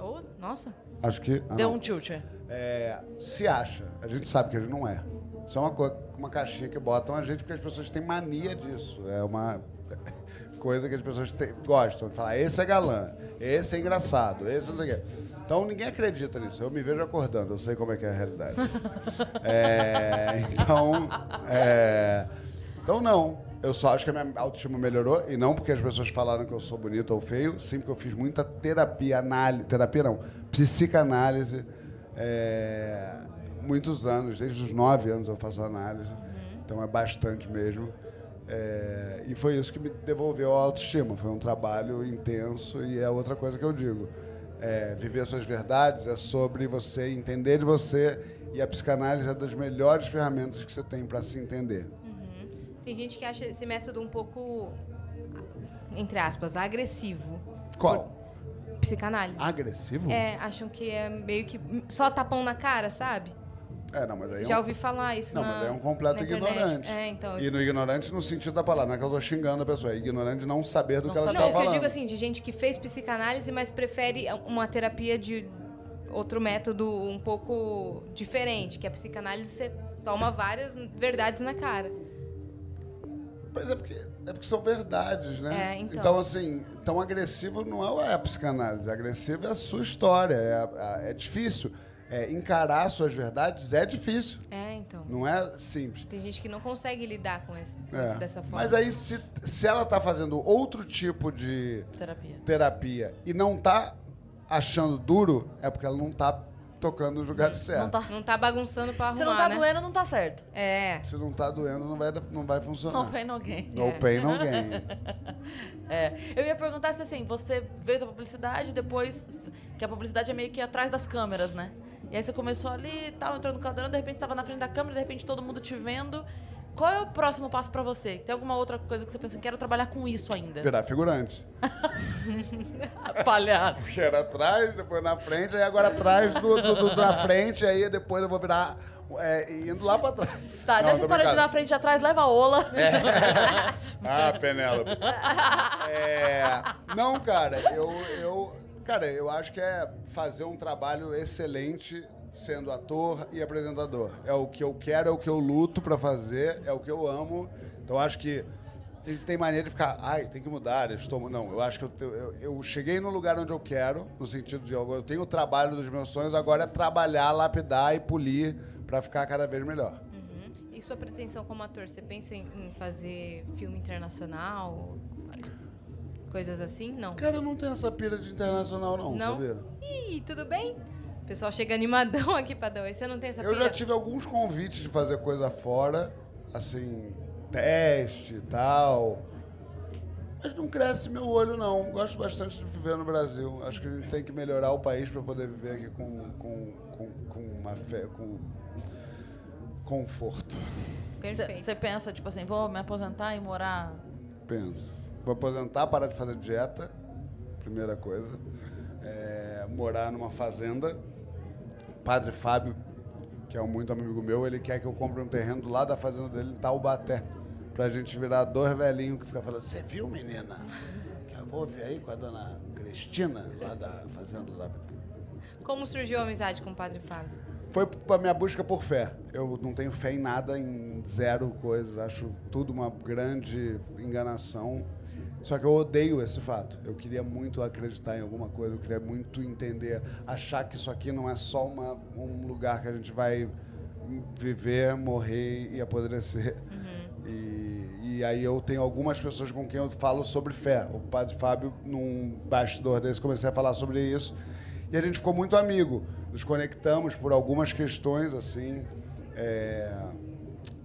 Oh, nossa. acho que ah, Deu não. um tilt. É, se acha. A gente sabe que a gente não é. Isso é uma, co- uma caixinha que botam a gente porque as pessoas têm mania disso. É uma coisa que as pessoas te- gostam de falar. Esse é galã, esse é engraçado, esse não sei o quê. Então ninguém acredita nisso. Eu me vejo acordando, eu sei como é que é a realidade. É, então, é, então não. Eu só acho que a minha autoestima melhorou, e não porque as pessoas falaram que eu sou bonito ou feio, sim porque eu fiz muita terapia, análise, terapia não, psicanálise, é, muitos anos, desde os nove anos eu faço análise, então é bastante mesmo. É, e foi isso que me devolveu a autoestima, foi um trabalho intenso, e é outra coisa que eu digo. É, viver suas verdades é sobre você entender de você e a psicanálise é das melhores ferramentas que você tem para se entender. Tem gente que acha esse método um pouco, entre aspas, agressivo. Qual? Psicanálise. Agressivo? É, acham que é meio que só tapão na cara, sabe? É, não, mas aí Já é um... ouvi falar isso Não, na mas aí é um completo na internet. ignorante. É, então. E no ignorante no sentido da palavra, não é que eu tô xingando a pessoa, é ignorante de não saber do Não que ela saber. está Não, o que falando. eu digo assim, de gente que fez psicanálise, mas prefere uma terapia de outro método um pouco diferente, que a psicanálise você toma várias verdades na cara. Mas é porque, é porque são verdades, né? É, então. assim, tão agressivo não é a psicanálise. Agressivo é a sua história. É, a- a- é difícil. É, encarar suas verdades é difícil. É, então. Não é simples. Tem gente que não consegue lidar com, esse, com É. isso dessa forma. Mas aí, se, se ela tá fazendo outro tipo de Terapia. terapia e não tá achando duro, é porque ela não tá tocando os lugares certos. tá- Não tá bagunçando pra arrumar, Se não tá né? doendo, não tá certo. É. Se não tá doendo, não vai, não vai funcionar. Não vem alguém. No É. pain, no gain. É. Eu ia perguntar se assim, você veio da publicidade, depois. Que a publicidade é meio que atrás das câmeras, né? E aí você começou ali e tal, entrou no caldeirão, de repente estava na frente da câmera, de repente todo mundo te vendo. Qual é o próximo passo pra você? Tem alguma outra coisa que você pensa, quero trabalhar com isso ainda? Virar figurante. Palhaço. Porque era atrás, depois na frente, aí agora atrás do, do, do- da frente, aí depois eu vou virar é, indo lá pra trás. Tá, Não, nessa tô história de brincando. na frente e atrás, leva a ola. Ah, Penélope. É, não, cara, eu, eu. Cara, eu acho que é fazer um trabalho excelente sendo ator e apresentador. É o que eu quero, é o que eu luto pra fazer, é o que eu amo. Então acho que. A gente tem mania de ficar, ai, tem que mudar, eu estou. mu-". Não, eu acho que eu, te- eu, eu cheguei no lugar onde eu quero, no sentido de eu eu tenho o trabalho dos meus sonhos, agora é trabalhar, lapidar e polir pra ficar cada vez melhor. Uhum. E sua pretensão como ator? Você pensa em, em fazer filme internacional? Coisas assim? Não. Cara, eu não tenho essa pira de internacional, não, Não? sabia? Ih, tudo bem? O pessoal chega animadão aqui pra dar oi. Você não tem essa Eu pira? já tive alguns convites de fazer coisa fora, assim, teste e tal. Mas não cresce meu olho, não. Gosto bastante de viver no Brasil. Acho que a gente tem que melhorar o país para poder viver aqui com, com, com, com uma fé, com conforto. Perfeito. Você pensa, tipo assim, vou me aposentar e morar. Penso. Vou aposentar, parar de fazer dieta, primeira coisa. É, morar numa fazenda. Padre Fábio, que é um muito amigo meu, ele quer que eu compre um terreno do lado da fazenda dele em Taubaté. Pra gente virar dois velhinhos que ficam falando, você viu, menina? Que eu vou ver aí com a dona Cristina, lá da fazenda lá. Como surgiu a amizade com o Padre Fábio? Foi a minha busca por fé. Eu não tenho fé em nada, em zero coisas. Acho tudo uma grande enganação. Só que eu odeio esse fato. Eu queria muito acreditar em alguma coisa, eu queria muito entender, achar que isso aqui não é só uma- um lugar que a gente vai viver, morrer e apodrecer. E, e aí eu tenho algumas pessoas com quem eu falo sobre fé. O padre Fábio, num bastidor desse, comecei a falar sobre isso. E a gente ficou muito amigo. Nos conectamos por algumas questões, assim. É,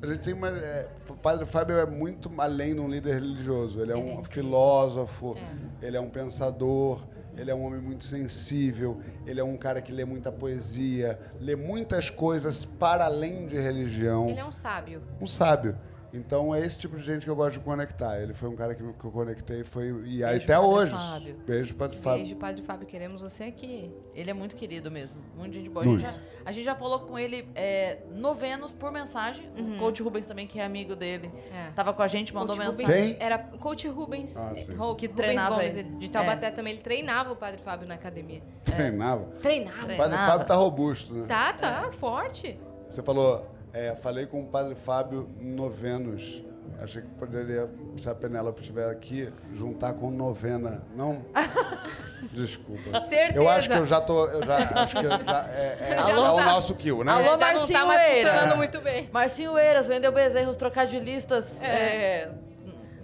A gente tem uma... é, O padre Fábio é muito além de um líder religioso. Ele é Ele é um incrível. filósofo, ele é um pensador, ele é um homem muito sensível, ele é um cara que lê muita poesia, lê muitas coisas para além de religião Ele é um sábio. um sábio. Então é esse tipo de gente que eu gosto de conectar. Ele foi um cara que, me- que eu conectei foi e até Padre hoje. Fábio. Beijo Padre Fábio. Beijo, Padre Fábio. Queremos você aqui. Ele é muito querido mesmo. Muito gente boa. A gente, já, Muito. a gente já falou com ele é, novenos por mensagem. O coach Rubens também, que é amigo dele, Uhum. É. tava com a gente, mandou Coach mensagem. Quem? Rubens, era Coach Rubens, Ah, sim. Ro- Que Rubens treinava Gomes, ele. É. de Taubaté também. Ele treinava o Padre Fábio na academia. Treinava. é. Treinava. Tre- O Padre Treinava. Fábio tá robusto, né? Tá, tá, forte. Você falou, é, falei com o Padre Fábio novenos. Achei que poderia, se a Penélope estiver aqui, juntar com novena. Não? Desculpa. Certeza. Eu acho que eu já tô. Eu já acho que eu já, é, é, Já é não o tá. nosso kill, né? Alô, É, já não Marcinho tá mais Eiras. funcionando muito bem. Marcinho Eiras vendeu bezerros trocadilistas é.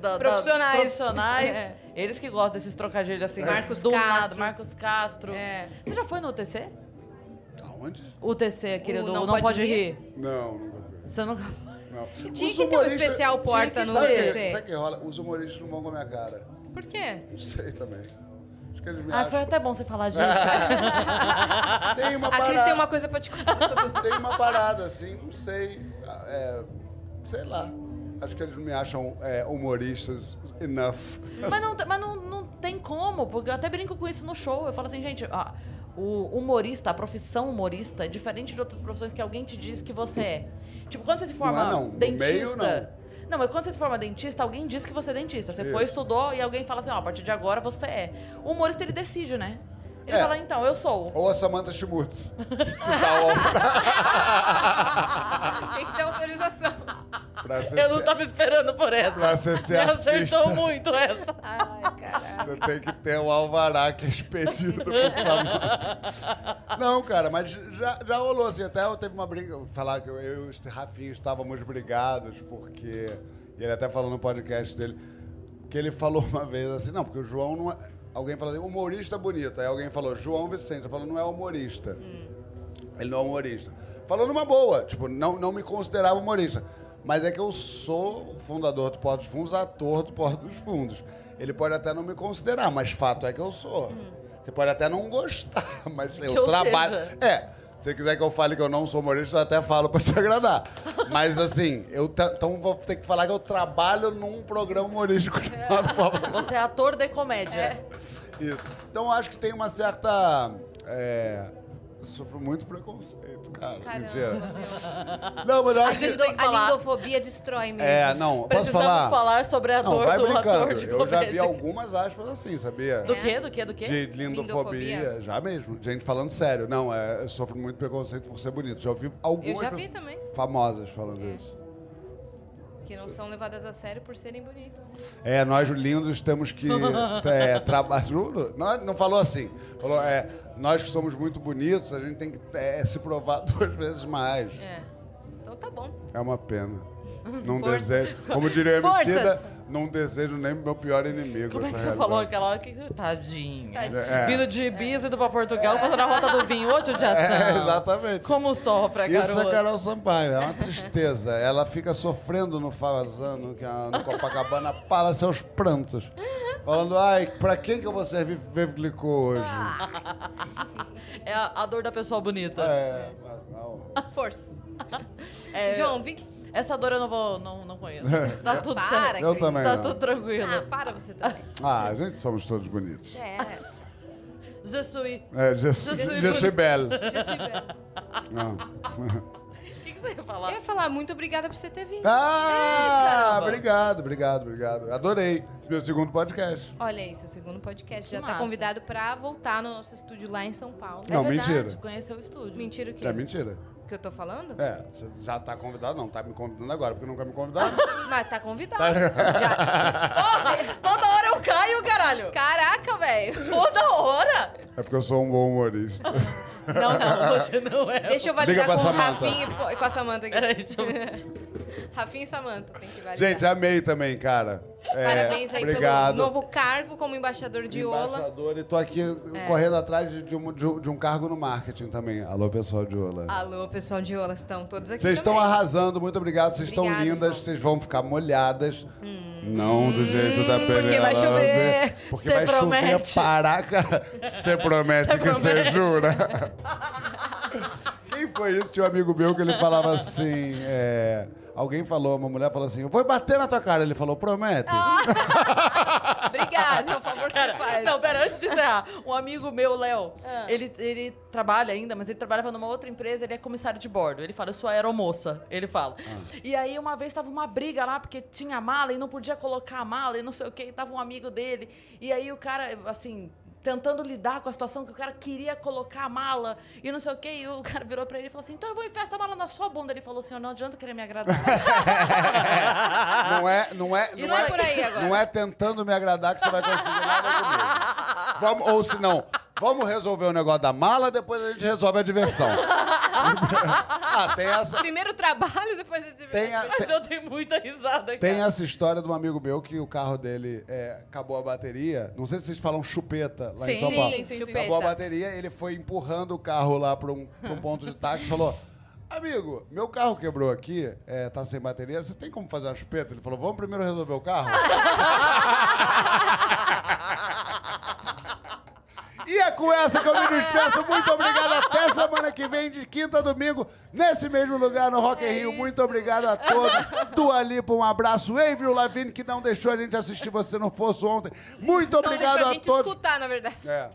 da- da- Profissionais. profissionais. É. Eles que gostam desses trocadilhos assim. Marcos do Castro. nada, Marcos Castro. É. Você já foi no UTC? Aonde? UTC, querido, não, Não Pode pode, Rir? rir. Não, nunca fui. Você nunca Não. Tinha Os que ter um humoristas- especial porta que no ter. Sabe o UTC. que, sabe o que rola? Os humoristas não vão com a minha cara. Por quê? Não sei também. Acho que eles me Ah, foi acham. até bom você falar disso. Tem uma A parada. Cris tem uma coisa pra te contar. tem uma parada, assim, não sei. é, sei lá. Acho que eles não me acham é, humoristas enough. Mas, não, mas não, não tem como, porque eu até brinco com isso no show. Eu falo assim, gente, ó, o humorista, a profissão humorista é diferente de outras profissões que alguém te diz que você é. Tipo, quando você se forma Não é, não. No dentista. meio, não. Não, mas quando você se forma dentista, alguém diz que você é dentista. Você foi, Isso. estudou e alguém fala assim, ó, a partir de agora você é. O humorista, ele decide, né? Ele É. fala, então, eu sou. Ou a Samantha Schmutz. Se dá uma Tem que ter autorização. pra ser, Eu não tava esperando por pra essa. ser, ser Me é artista. acertou muito essa. Ai, caralho. Você tem que ter um alvará que é expedido por Samantha. Não, cara, mas já, já rolou assim. Até eu teve uma briga. Falar que eu, eu e o Rafinha estávamos brigados, porque. E ele até falou no podcast dele que ele falou uma vez assim: não, porque o João não é. Alguém falou assim, humorista bonito. Aí alguém falou, João Vicente. Ele falou, não é humorista. Ele não é humorista. Falou numa boa, tipo, não, não me considerava um humorista. Mas é que eu sou o fundador do Porto dos Fundos, ator do Porto dos Fundos. Ele pode até não me considerar, mas fato é que eu sou. Você pode até não gostar, mas eu Hum. eu trabalho. seja. É, se você quiser que eu fale que eu não sou humorista, eu até falo pra te agradar. Mas assim, eu ta- então vou ter que falar que eu trabalho num programa humorístico chamado Porto dos Você é ator de comédia. isso. Então eu acho que tem uma certa. É, eu sofro muito preconceito, cara. Caramba. Mentira. Não, mas eu A, acho que. lindo, gente tem que a falar. lindofobia destrói mesmo. É, não, posso Precisamos falar? falar? sobre a Não, dor vai do ator brincando. de Eu já vi comédia. algumas aspas assim, sabia? Do quê? Do quê? Do quê? De lindofobia. Lindofobia. Já mesmo. Gente falando sério. Não, é, eu sofro muito preconceito por ser bonito. Já ouvi algumas Eu já vi pessoas também. famosas falando isso. Que não são levadas a sério por serem bonitos. É, nós lindos temos que é, trabalhar. Juro? Não, não falou assim. Falou, é, nós que somos muito bonitos, a gente tem que é, se provar duas vezes mais. É. Então tá bom. É uma pena. Não Forças. desejo. Como diria o Emicida, Forças. né, não desejo nem meu pior inimigo. Como é que essa você falou realidade. aquela hora? Que... Tadinha. Tadinha. né? É. Vindo de Ibiza e do pra Portugal, fazendo a rota do vinho. Ô, judiação. É, exatamente. Como sopra, Isso garoto. é Carol Sampaio, é uma tristeza. Ela fica sofrendo no Fazano, que é no Copacabana, para seus prantos. Falando, ai, pra quem que eu vou servir Vevlicô hoje? Ah. É a, a dor da pessoa bonita. É, mas não. Forças. É, João, vem. Essa dor eu não vou... Não, não conheço. Tá tudo Para, certo. Cris. Eu É. também Tá não. tudo tranquilo. Ah, para você também. Ah, a gente somos todos bonitos. É. Je suis. É, je, Ah. suis- Je suis je suis belle. Já sou Ibera. Não. O que, que você ia Eu falar? É ia falar, muito obrigada por você ter vindo. Ah, caramba. obrigado, obrigado, obrigado. Adorei. Esse meu segundo podcast. Olha aí, seu segundo podcast. Já tá massa. convidado pra voltar no nosso estúdio lá em São Paulo. Não, é verdade, mentira. conheceu o estúdio. Mentira o quê? É mentira. O que eu tô falando? É, você já tá convidado? Não, tá me convidando agora, porque nunca me convidaram. Mas tá convidado. Já. Ah, Toda hora eu caio, caralho. Caraca, velho. Toda hora. É porque eu sou um bom humorista. Não, não, você não é. Deixa eu Liga validar pra com o Samantha. Rafinha e com- e com a Samanta aqui. Peraí, deixa eu... Rafinha e Samanta, tem que validar. Gente, amei também, cara. É, Parabéns aí obrigado. pelo novo cargo como embaixador de Ola. Embaixador, e tô aqui É. correndo atrás de, de um, de um- de um cargo no marketing também. Alô, pessoal de Ola. Alô, pessoal de Ola, estão todos aqui Vocês estão também. arrasando, muito obrigado. Vocês estão Obrigada, lindas, João. vocês vão ficar molhadas. Não do jeito da Hum, porque Penelope. vai chover. Porque Cê vai promete. chover para cara. Você promete Cê que você promete. jura. Quem foi isso? Tinha um amigo meu que ele falava assim... é, Alguém falou, uma mulher falou assim, eu vou bater na tua cara. Ele falou, promete. Obrigada, é um favor que você faz. Ah. Não, pera, antes de encerrar, um amigo meu, Léo, ele, ele trabalha ainda, mas ele trabalhava numa outra empresa, ele é comissário de bordo. Ele fala, eu sou aeromoça, ele fala. E aí, uma vez, tava uma briga lá, porque tinha mala e não podia colocar a mala e não sei o quê, e tava um amigo dele. E aí, o cara, assim... Tentando lidar com a situação que o cara queria colocar a mala e não sei o quê. E o cara virou pra ele e falou assim: Então eu vou enfiar essa mala na sua bunda. Ele falou assim: "Ó, Não adianta querer me agradar. Não é, não é, Isso não é é, por aí agora. Não é tentando me agradar que você vai conseguir nada comigo. Vamos, ou se não, vamos resolver o negócio da mala, depois a gente resolve a diversão. Ah, tem essa, Primeiro trabalho, depois a atividade. tem, a, Mas eu dei muita risada, Tem cara. essa história de um amigo meu que o carro dele é, acabou a bateria. Não sei se vocês falam chupeta lá em Sim, São Paulo. sim, sim, sim. Acabou a bateria, ele foi empurrando o carro lá para um, pra um ponto de táxi e falou: Amigo, meu carro quebrou aqui, é, tá sem bateria, você tem como fazer uma chupeta? Ele falou: Vamos primeiro resolver o carro? E é com essa que eu me despeço. Muito obrigado. Até semana que vem, de quinta a domingo, nesse mesmo lugar, no É Rock in Rio. Muito obrigado a todos. Dua Lipa, um abraço. Avril Lavigne, que não deixou a gente assistir Você Não Fosse Ontem. Muito Não, obrigado deixa a, a gente todos. escutar, na verdade. É,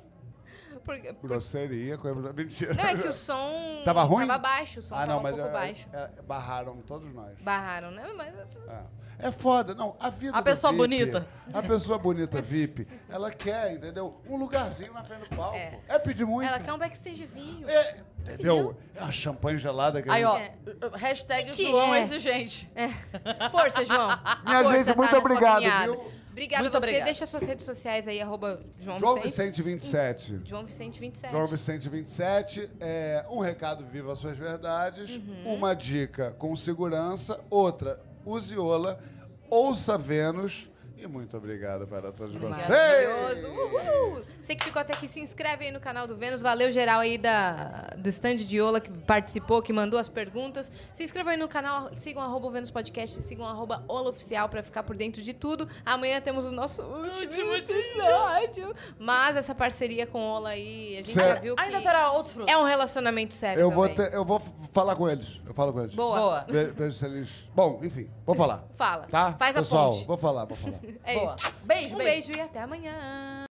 Porque- grosseria com a Avril Lavigne. Mentira. Não, é que o som... Tava ruim? Tava baixo, o som Ah, tava não, um mas pouco é, baixo. é, barraram todos nós. Barraram, né? Mas... assim, É. É foda, não. A vida A do pessoa VIP, bonita. A pessoa bonita VIP, ela quer, entendeu? Um lugarzinho na frente do palco. É, É. pedir muito. Ela quer um backstagezinho. É, entendeu? É a champanhe gelada que a Aí, gente- ó, É. hashtag Que que João é? exigente. Força, João. Minha Força, gente, tá muito na sua obrigado, caminhada. viu? Obrigada Muito a você. obrigado. Deixa suas redes sociais aí, arroba João, João Vicente 27. João Vicente 27. João Vicente 27, é, um recado viva as suas verdades, Uhum. uma dica com segurança, outra, use Ola, ouça Vênus e muito obrigado para todos vocês. Maravilhoso. Uhul. Você que ficou até aqui, se inscreve aí no canal do Vênus. Valeu geral aí da, do stand de Ola que participou, que mandou as perguntas. Se inscreva aí no canal, sigam arroba o Vênus Podcast, sigam arroba Ola Oficial pra ficar por dentro de tudo. Amanhã temos o nosso último, Último dia. episódio. Mas essa parceria com Ola aí, a gente Cê- já viu que Ainda tá terá outros frutos. é um relacionamento sério Eu vou, também. ter- eu vou f- falar com eles, eu falo com eles. Boa. Boa. Ve- Vejo se eles... Bom, enfim, vou falar, Fala. tá? Faz Pessoal, a ponte. vou falar, vou falar. É Boa. isso. Beijo, Um beijo. beijo e até amanhã.